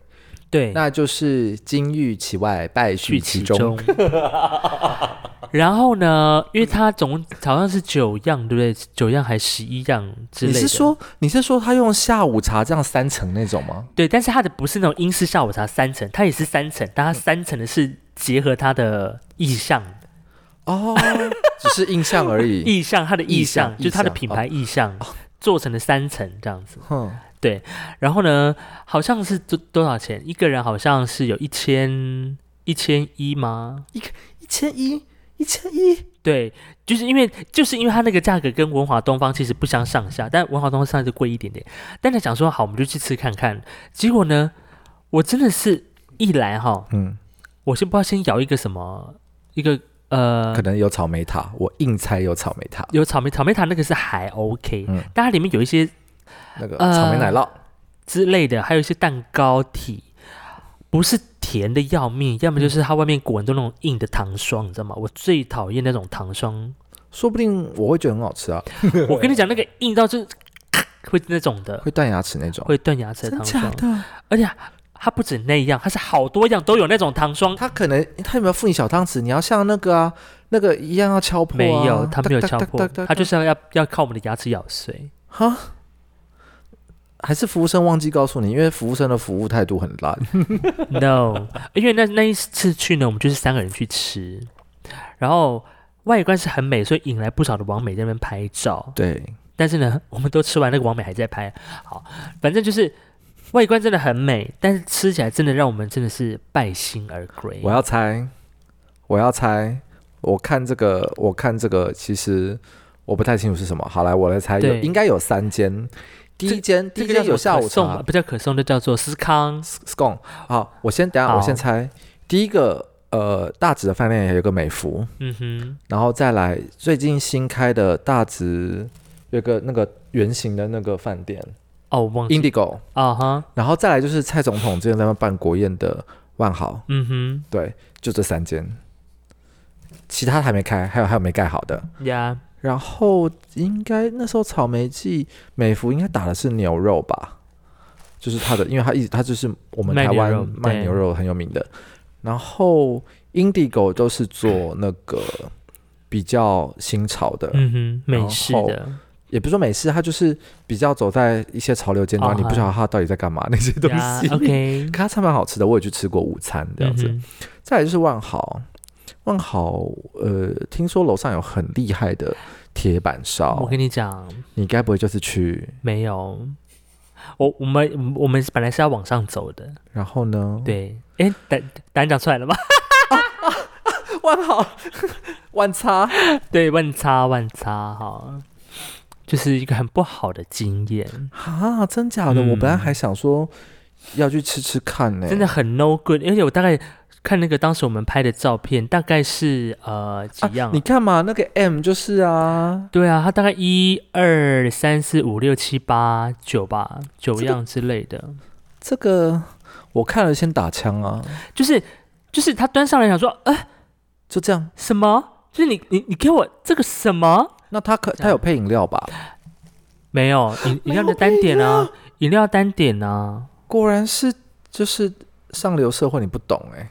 A: 对，
B: 那就是金玉其外，败絮
A: 去
B: 其
A: 其
B: 中。
A: 中。 然后呢，因为它总共好像是九样，对不对？九样还十一样之类
B: 你
A: 的。
B: 是说你是说他用下午茶这样三层那种吗？
A: 对？但是它的不是那种英式下午茶三层，它也是三层，但它
B: 嗯
A: 三层的是结合它的意象，
B: 哦，只是印象 而已。
A: 意象它的意
B: 意象
A: 象，就是它的
B: 意象
A: 品牌意象做成了三层这样子。
B: 哼，
A: 然后呢，好像是多多少钱？一个人好像是有一千一千一吗？
B: 一千一，一千一，
A: 对，就是因为就是因为它那个价格跟文华东方其实不相上下，但文华东方上就贵一点点。但他想说好，我们就去吃看看。结果呢，我真的是一来哈，
B: 嗯，
A: 我先不知道先咬一个什么一个呃
B: 可，能有草莓塔，我硬猜有草莓塔，
A: 有草莓草莓塔那个是还 OK，、
B: 嗯
A: 但它里面有一些
B: 那个
A: 呃
B: 草莓奶酪，
A: 之类的，还有一些蛋糕体，不是甜的要命，要么就是它外面裹很多那种硬的糖霜，你知道吗？我最讨厌那种糖霜。
B: 说不定我会觉得很好吃 啊，
A: 我跟你讲，那个硬到就是会那种 的，
B: 会断牙齿那种。
A: 会断牙齿的
B: 真
A: 糖
B: 假
A: 霜。
B: 的？
A: 而且它不止那样，它是好多样都有那种糖霜。
B: 他可能他有没有付你小汤匙？你要像那个啊，那个一样要敲破、啊。
A: 没有，它没有
B: 哒
A: 敲
B: 哒
A: 破
B: 哒哒，
A: 它
B: 哒
A: 就是要要靠我们的牙齿咬碎。
B: 哈，还是服务生忘记告诉你，因为服务生的服 务态度很烂。
A: No，因为那那一次去呢，我们就是三个人去吃，然后外观是很美，所以引来不少的网美在那边拍照。
B: 对，
A: 但是呢， 我们都吃完那个王美还在拍。好，反正就是外观真的很美，但是吃起来真的让我们真的是败兴而归。
B: 我要猜，我要猜，我看这个，我看这个，其实我不太清楚是什么。好，来，我来猜，有
A: 对
B: 应该有三间。第一间，第
A: 这
B: 一
A: 个叫
B: 间
A: 什么
B: 有下
A: 可
B: 午
A: 颂
B: 茶
A: 吗，不叫可颂，就叫做思康。
B: scone。好，我先等一下，我先
A: 好
B: 猜第一个，呃，大直的饭店有一个美孚，
A: 嗯哼，
B: 然后再来最近新开的大直有一个那个圆形的那个饭店
A: 哦，我忘记
B: Indigo，
A: 啊哈，
B: 然后再来就是蔡总统之前在那办国宴的万豪，
A: 嗯
B: 对，就这三间，其他还没开，还有还有没盖好的。
A: 哼，呀，
B: 然后应该那时候草莓季美孚应该打的是牛肉吧，就是 它的，因为它一直它就是我们
A: 卖
B: 台
A: 牛
B: 湾
A: 肉
B: 卖
A: 对
B: 牛肉很有名的。然后 Indigo 都是做那个比较新潮的，
A: 嗯哼，美
B: 然
A: 式
B: 后
A: 的
B: 也不是说美式，它就是比较走在一些潮流尖端，
A: 哦
B: 你不
A: 好
B: 晓得它到底在干嘛那些东
A: 呀
B: 西。
A: ，OK，
B: 可它餐蛮好吃的，我也去吃过午餐这样子。
A: 嗯哼
B: 再来就是万豪，万豪，呃，听说楼上有很厉害的铁板烧
A: 我，跟你讲，
B: 你该不会就是去？
A: 没有，我我们我们本来是要往上走的，
B: 然后呢？，
A: 对，哎，胆胆讲出来了吗？
B: 万豪，万差，
A: 对，万差万差哈，就是一个很不好的经验，
B: 啊，真假的？
A: 嗯
B: 我本来还想说要去吃吃看呢、
A: 真的很 no good。而且我大概看那个当时我们拍的照片，大概是呃几
B: 啊
A: 样啊、
B: 你看嘛，那个 M 就是啊，
A: 对啊，它大概一二三四五六七八九吧，九
B: 这个
A: 样之类的，
B: 这个我看了先打枪啊，
A: 就是就是他端上来想说，呃，
B: 就这样。
A: 什么？就是你你你给我这个什么？
B: 那他可
A: 这
B: 他
A: 样
B: 有配饮料吧？
A: 没有饮饮料
B: 没
A: 的
B: 有
A: 单点啊，饮料单点啊，
B: 果然是就是上流社会，你不懂哎、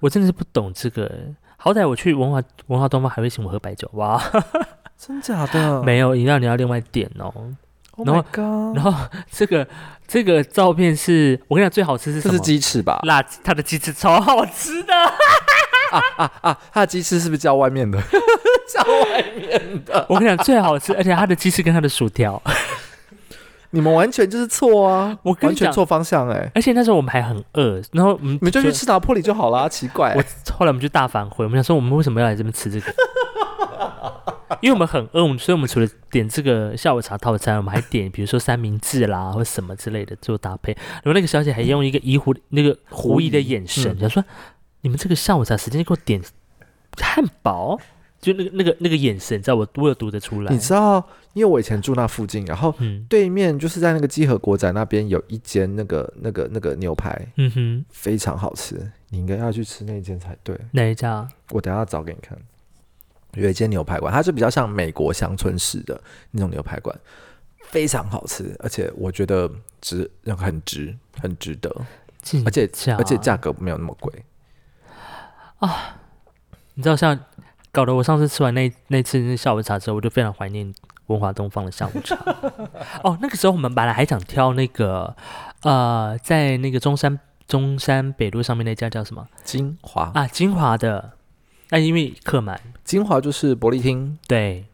A: 我真的是不懂这个。好歹我去文化文化东方还会请我喝白酒哇。
B: 真假的？
A: 没有饮料，你要另外点哦。
B: ，Oh
A: 然
B: my
A: 后
B: god！
A: 然后这个这个照片是我跟你讲最好吃是什
B: 这
A: 么？
B: 是鸡翅吧？
A: 辣，它的鸡翅超好吃 的。
B: 啊，它的鸡翅是不是叫外 面的？叫外面的？
A: 我跟你讲最好吃，而且它的鸡翅跟它的薯条，
B: 你们完全就是错啊！
A: 我跟
B: 完
A: 你
B: 全
A: 讲，
B: 错方向哎、
A: 而且那时候我们还很饿，然后我们
B: 你们就去
A: 觉
B: 吃拿破里就好啦，奇怪、
A: 得我后来我们就大反悔，我们想说我们为什么要来这边吃 这个？因为我们很饿，我们所以我们除了点这个下午茶套餐，我们还点比如说三明治啦或什么之类的做搭配。然后那个小姐还用一个疑惑那个狐疑的眼神，
B: 嗯
A: 想说你们这个下午茶时间给我点汉堡，就那个那个那个眼神，你知道我我有读得出来
B: 你。知道，因为我以前住那附近，然后
A: 嗯
B: 对面就是在那个基和国仔那边有一间那个那个那个牛排
A: 嗯哼，
B: 非常好吃，你应该要去吃那间才对。
A: 哪一家？
B: 我等一下找给你看，有一间牛排馆，它是比较像美国乡村式的那种牛排馆，非常好吃，而且我觉得值，很值，很值得。
A: 竞
B: 而且
A: 价
B: 而且价格没有那么贵。
A: 你知道像搞得我上次吃完那那次那下午茶之后，我就非常怀念文华东方的下 午茶。哦，那个时候我们本来还想挑那个呃，在那个中山中山北路上面那家叫什么
B: 金华，
A: 啊？金华的，那因为客满，
B: 金华就是伯利厅，
A: 对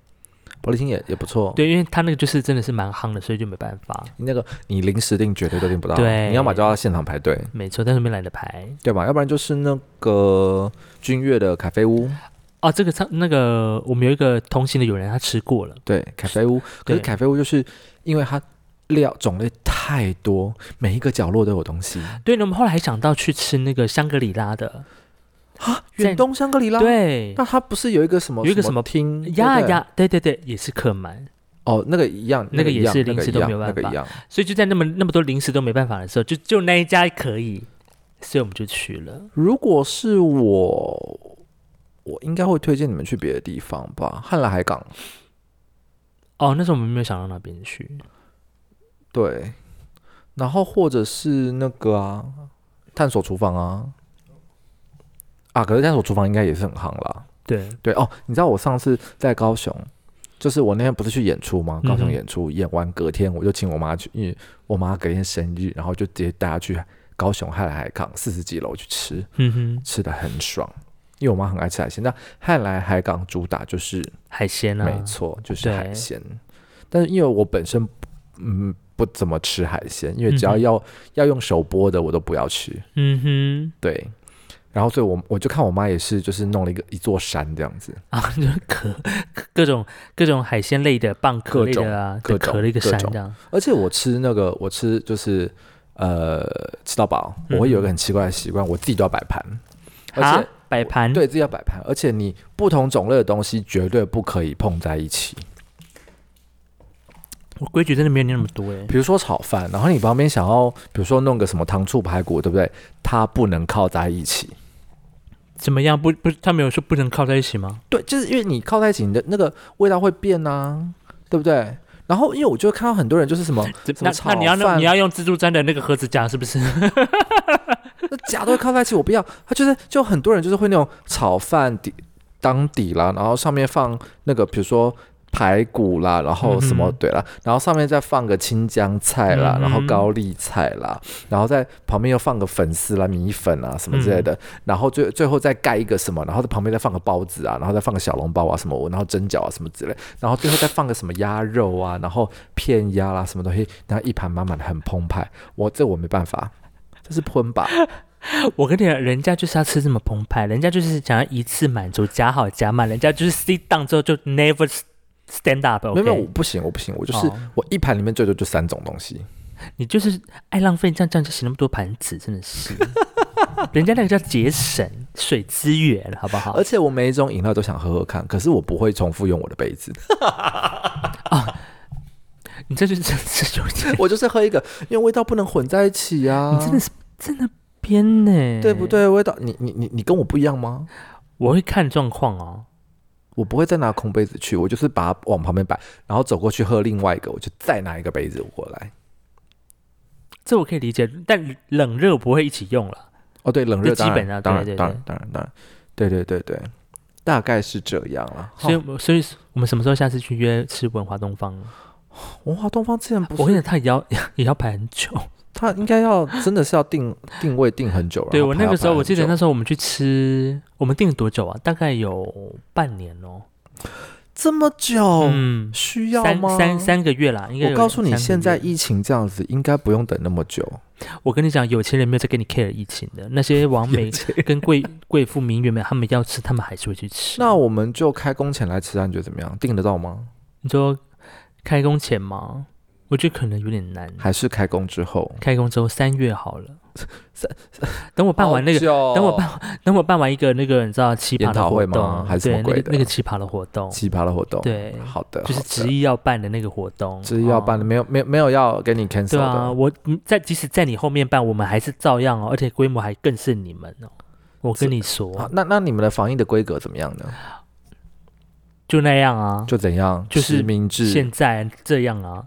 B: 伯利厅也也不错。，
A: 对，因为他那个就是真的是蛮夯的，所以就没办法。
B: 那个你临时订绝对都订不到，
A: 对
B: 你要么就要现场排队，
A: 没错，但是没懒得排
B: 对吧？要不然就是那个君悦的咖啡屋，
A: 哦。这个餐那个我们有一个同行的友人，他吃过了，
B: 对，咖啡屋。可
A: 对
B: 是咖啡屋就是因为它料种类太多，每一个角落都有东西。
A: 对，那我们后来还想到去吃那个香格里拉的，在
B: 啊远东香格里拉，
A: 对
B: 那它不是有一个什么
A: 有一个什么
B: 厅？
A: 呀
B: 对不对，
A: 呀，对对对，也是客满。
B: 哦，那个一样，
A: 那个
B: 一
A: 也
B: 样
A: 是
B: 那个
A: 临时
B: 一
A: 都
B: 样
A: 没有办
B: 那个
A: 法
B: 一样。
A: 所以就在那么那么多零食都没办法的时候，就就那一家可以，所以我们就去了。
B: 如果是我，我应该会推荐你们去别的地方吧，汉来海港。
A: 哦，那时候我们没有想到那边去，
B: 对，然后或者是那个啊，探索厨房啊，啊，可是探索厨房应该也是很夯啦。
A: 对，
B: 对哦，你知道我上次在高雄，就是我那天不是去演出吗？高
A: 嗯
B: 雄
A: 哼
B: 演出、演完隔天，我就请我妈去，因为我妈隔天生日，然后就直接带她去高雄汉来海港四十几楼去吃，
A: 嗯哼，
B: 吃的很爽。因为我妈很爱吃海鲜。那汉来海港主打就是，
A: 海鲜啊
B: 没，错，就是海
A: 对
B: 鲜。但是因为我本身嗯不怎么吃海鲜，因为只要
A: 嗯哼
B: 要、要用手剥的我都不要吃。
A: 嗯
B: 对，然后所以我我就看我妈也是，就是弄了一个一座山这样子，
A: 哼，啊，就是壳各种各种海鲜类的蚌壳类的啊，
B: 各
A: 的
B: 种
A: 壳的一个
B: 各
A: 山
B: 种
A: 这样，
B: 而且我吃那个，我吃就是呃吃到饱，
A: 嗯
B: 我会有一个很奇怪的习惯，我自己都要摆盘，而
A: 啊
B: 且，
A: 摆盘，
B: 对自己要摆盘，而且你不同种类的东西绝对不可以碰在一起。
A: 我规矩真的没有你那么多哎，
B: 比如说炒饭，然后你旁边想要，比如说弄个什么糖醋排骨，对不对？它不能靠在一起。
A: 怎么样？不不，他没有说不能靠在一起吗？
B: 对，就是因为你靠在一起，你的那个味道会变啊，对不对？然后因为我就看到很多人就是什么
A: 这
B: 什
A: 那
B: 么炒
A: 那你要
B: 饭
A: 你要用自助餐的那个盒子夹是不是？
B: 那假都会靠在一起，我不要。他就是就很多人就是会那种炒饭底当底啦，然后上面放那个比如说排骨啦，然后什么、
A: 嗯哼
B: 对啦，然后上面再放个青江菜啦，
A: 嗯哼
B: 然后高丽菜啦，然后在旁边又放个粉丝啦、米粉啊什么之类
A: 嗯
B: 的，然后最最后再盖一个什么，然后在旁边再放个包子啊，然后再放个小笼包啊什么，然后蒸饺啊什么之类，然后最后再放个什么鸭肉啊，然后片鸭啦什么东西，然后一盘满满的很澎湃，我这我没办法。这是喷吧？
A: 我跟你讲，人家就是要吃这么澎湃，人家就是想要一次满足，夹好夹满，人家就是 sit down 之后就 never stand up、o k
B: 没有没有，我不行，我不行，我就是、
A: 哦
B: 我一盘里面最多就三种东西。
A: 你就是爱浪费，这样这样就洗那么多盘子，真的 是。人家那个叫节省水资源，好不好
B: 而？且我每一种饮料都想喝喝看，可是我不会重复用我的杯子，
A: 你这就是真是有点，
B: 我就是喝一个，因为味道不能混在一起啊
A: 你，真的是真的编呢，
B: 对不？对？味道，你你你你跟我不一样吗？
A: 我会看状况哦。
B: 我不会再拿空杯子去，我就是把它往旁边摆，然后走过去喝另外一个，我就再拿一个杯子过来。
A: 这我可以理解，但冷热我不会一起用了。
B: 哦，对，冷热
A: 这基
B: 当然
A: 本啊
B: 当然
A: 对对
B: 当然当然当然，对对对对，大概是这样了。
A: 所以
B: 哦，
A: 我，所以我们什么时候下次去约吃文华东方？
B: 文华东方之前不
A: 我跟
B: 是
A: 你讲，他也要 也要排很久。
B: 他应该要真的是要定定位定很久，
A: 对
B: 然后
A: 我
B: 排
A: 那
B: 要
A: 个时候，
B: 排
A: 我
B: 很
A: 记得
B: 久
A: 那时候我们去吃，我们订了多久啊？大概有半年哦。
B: 这么久，
A: 嗯，
B: 哦需要
A: 三
B: 吗？
A: 三三个月啦，应该有
B: 我告诉你，
A: 两三个
B: 现在
A: 月
B: 疫情这样子，应该不用等那么久。
A: 我跟你讲，有钱人没有在跟你 care 疫情的，那些王美 跟贵贵妇名媛们，他们要吃，他们还是会嗯去吃。
B: 那我们就开工前来吃饭，你觉得怎么样？订得到吗？
A: 你说开工前吗？我觉得可能有点难。
B: 还是开工之后？
A: 开工之后三月好 了，等我办完那个，
B: 个
A: 等我办等我办完一个那个你知道奇葩
B: 哦研讨
A: 的
B: 会
A: 活
B: 吗
A: 动，
B: 还是什么
A: 对那
B: 鬼
A: 个
B: 的
A: 那个奇葩的活动，
B: 奇葩的活动。，
A: 对，
B: 好的，
A: 就是
B: 好的
A: 执意要办的那个活动，
B: 执意要办
A: 哦
B: 的，没有没有没有要给你 cancel
A: 对啊，
B: 的。
A: 我嗯在即使在你后面办，我们还是照样哦，而且规模还更是你们哦。我跟你
B: 好
A: 说，
B: 那那你们的防疫的规格怎么样呢？
A: 就那样啊，
B: 就怎样？
A: 就是
B: 实名制
A: 现，在这样啊，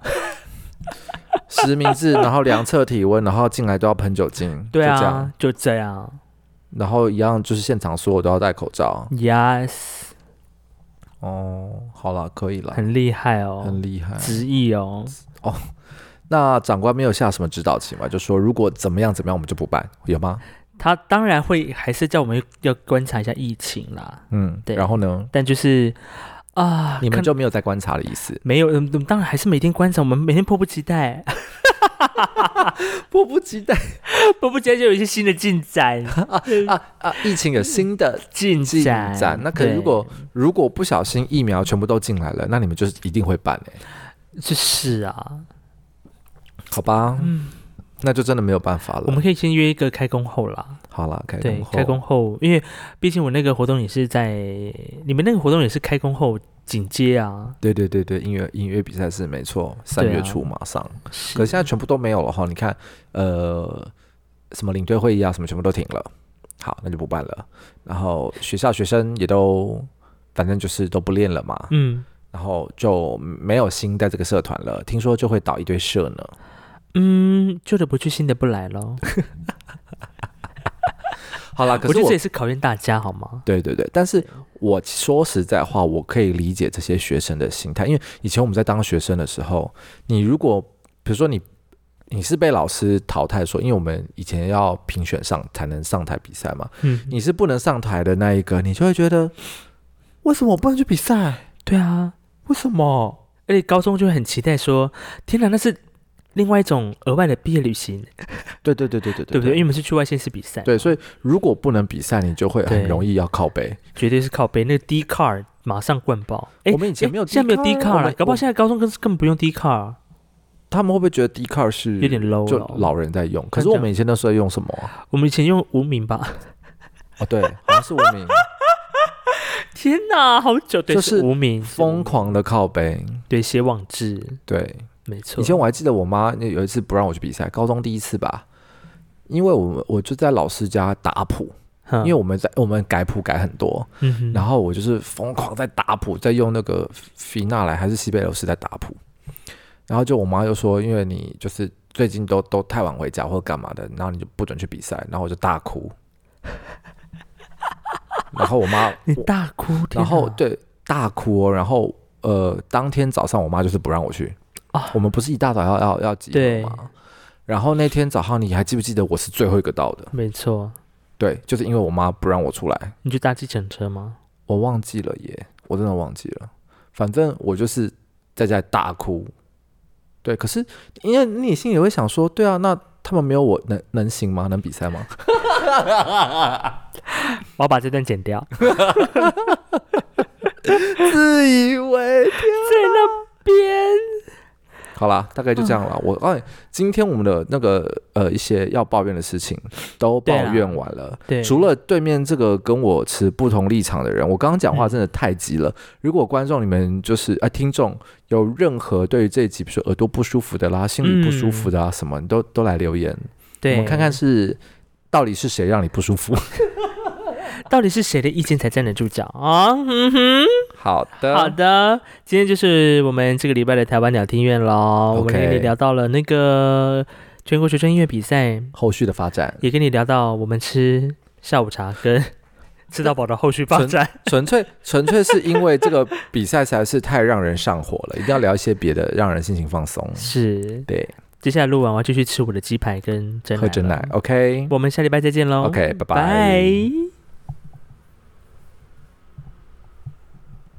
B: 实名制，然后量测体温，然后进来都要喷酒精，
A: 对
B: 就这样
A: 啊，就这样
B: 然后一样就是现场所有都要戴口罩。
A: ，yes，
B: 哦，好了，可以了，
A: 很厉害哦
B: 很，厉害。
A: 直译哦，
B: 那长官没有下什么指导棋吗？就说如果怎么样怎么样，我们就不办，有吗？
A: 他当然会还是叫我们要观察一下疫情啦，
B: 嗯，
A: 对
B: 然后呢，
A: 但就是啊，
B: 你们
A: 看？
B: 就没有再观察的意思
A: 没有，嗯嗯当然还是每天观察，我们每天迫不及待，
B: 迫不及待
A: 迫不及待就有一些新的进 展，
B: 啊啊！疫情有新的
A: 进
B: 进
A: 展，
B: 展，啊那可
A: 对
B: 如果如果不小心疫苗全部都进来了，那你们就是一定会办哎、
A: 就是啊，
B: 好吧？嗯，那就真的没有办法
A: 我
B: 了。
A: 们可以先约一个开工后啦。
B: 好了，开
A: 对
B: 工，后，
A: 开工后，因为毕竟我那个活动也是在你们那个活动也是开工后紧接啊。
B: 对对对对，音乐音乐比赛是没错，三
A: 对啊
B: 月初马上，
A: 是
B: 可是现在全部都没有了哈。你看，呃，什么领队会议啊，什么全部都停了。好，那就不办了。然后学校学生也都，反正就是都不练了嘛。
A: 嗯
B: 然后就没有新在这个社团了。听说就会倒一堆社呢。
A: 嗯，旧的不去，新的不来咯。
B: 好啦，
A: 我
B: 可
A: 觉
B: 是
A: 得
B: 我
A: 这也，是考验大家好吗？
B: 对对对，但是我说实在话，我可以理解这些学生的心态，因为以前我们在当学生的时候，你如果比如说你你是被老师淘汰说，因为我们以前要评选上才能上台比赛嘛，
A: 嗯，
B: 你是不能上台的那一个，你就会觉得为什么我不能去比赛？
A: 对啊，
B: 为什么？
A: 而且高中就会很期待说，天哪，那是另外一种额外的毕业旅行，
B: 对对对对对
A: 对不对？因为我们是去外县市比赛，
B: 对，所以如果不能比赛，你就会很
A: 对
B: 容易要靠背。
A: 绝对是靠背那个 D car 马上灌爆。哎
B: 我，们以前没有
A: 诶现在没有 D
B: Dcard 啊我
A: car 了，
B: 们
A: 搞不好
B: 我
A: 现在高中更根本不用 D car，
B: 他们会不会觉得 d 卡 r 是
A: 有点 low
B: 就
A: 了哦。
B: 老人在用？可
A: 那
B: 是
A: 这
B: 我
A: 样
B: 们以前那时候用什么啊？
A: 我们以前用无名吧？
B: 哦， 对，好像是无名，
A: 天哪，好久，对，
B: 就是
A: 无名
B: 疯，狂的靠背。
A: 对，写网志，
B: 对，
A: 没错。
B: 以前我还记得我妈那有一次不让我去比赛，高中第一次吧，因为我们我就在老师家打谱，
A: 哼，
B: 因为我们在我们改谱改很多，
A: 嗯哼
B: 然后我就是疯狂在打谱，在用那个菲纳莱还是西贝流斯在打谱，然后就我妈就说，因为你就是最近都都太晚回家或者干嘛的，然后你就不准去比赛，然后我就大哭，然后我妈，
A: 你
B: 我
A: 大哭，天
B: 然后
A: 哪
B: 对大哭、哦，然后呃，当天早上我妈就是不让我去，
A: 啊
B: 我们不是一大早要要要集
A: 对
B: 合吗？然后那天早上你还记不记得我是最后一个到的？
A: 没错，
B: 对，就是因为我妈不让我出来，
A: 你就搭计程车吗？
B: 我忘记了耶，我真的忘记了。反正我就是在家大哭。对，可是因为你心里会想说，对啊，那他们没有我能能行吗？能比赛吗？
A: 我要把这段剪 掉，在
B: 自以为
A: 那边。
B: 好啦，大概就这样了。我哎，今天我们的那个呃一些要抱怨的事情都抱
A: 对啊
B: 怨完了。
A: 对，
B: 除了对面这个跟我持不同立场的人，我刚刚讲话
A: 嗯
B: 真的太急了。如果观众你们就是啊、听众有任何对于这一集，比如说耳朵不舒服的啦、心里不舒服的啊什么，你都都来留言，我
A: 对，
B: 们看看是到底是谁让你不舒服。
A: 到底是谁的意见才站得住脚啊？嗯哼，
B: 好的，
A: 好的，今天就是我们这个礼拜的台湾鸟听院喽。我们
B: OK
A: 跟你聊到了那个全国学生音乐比赛，
B: 后续的发展
A: 也跟你聊到我们吃下午茶跟 吃到饱的后续发展。
B: 纯粹纯粹是因为这个比赛实在是太让人上火了，一定要聊一些别的，让人心情放松。
A: 是，
B: 对，
A: 接下来录完我要继续吃我的鸡排跟蒸奶
B: 喝
A: 了。
B: 真奶，OK
A: 我们下礼拜再见喽。
B: OK，拜
A: 拜。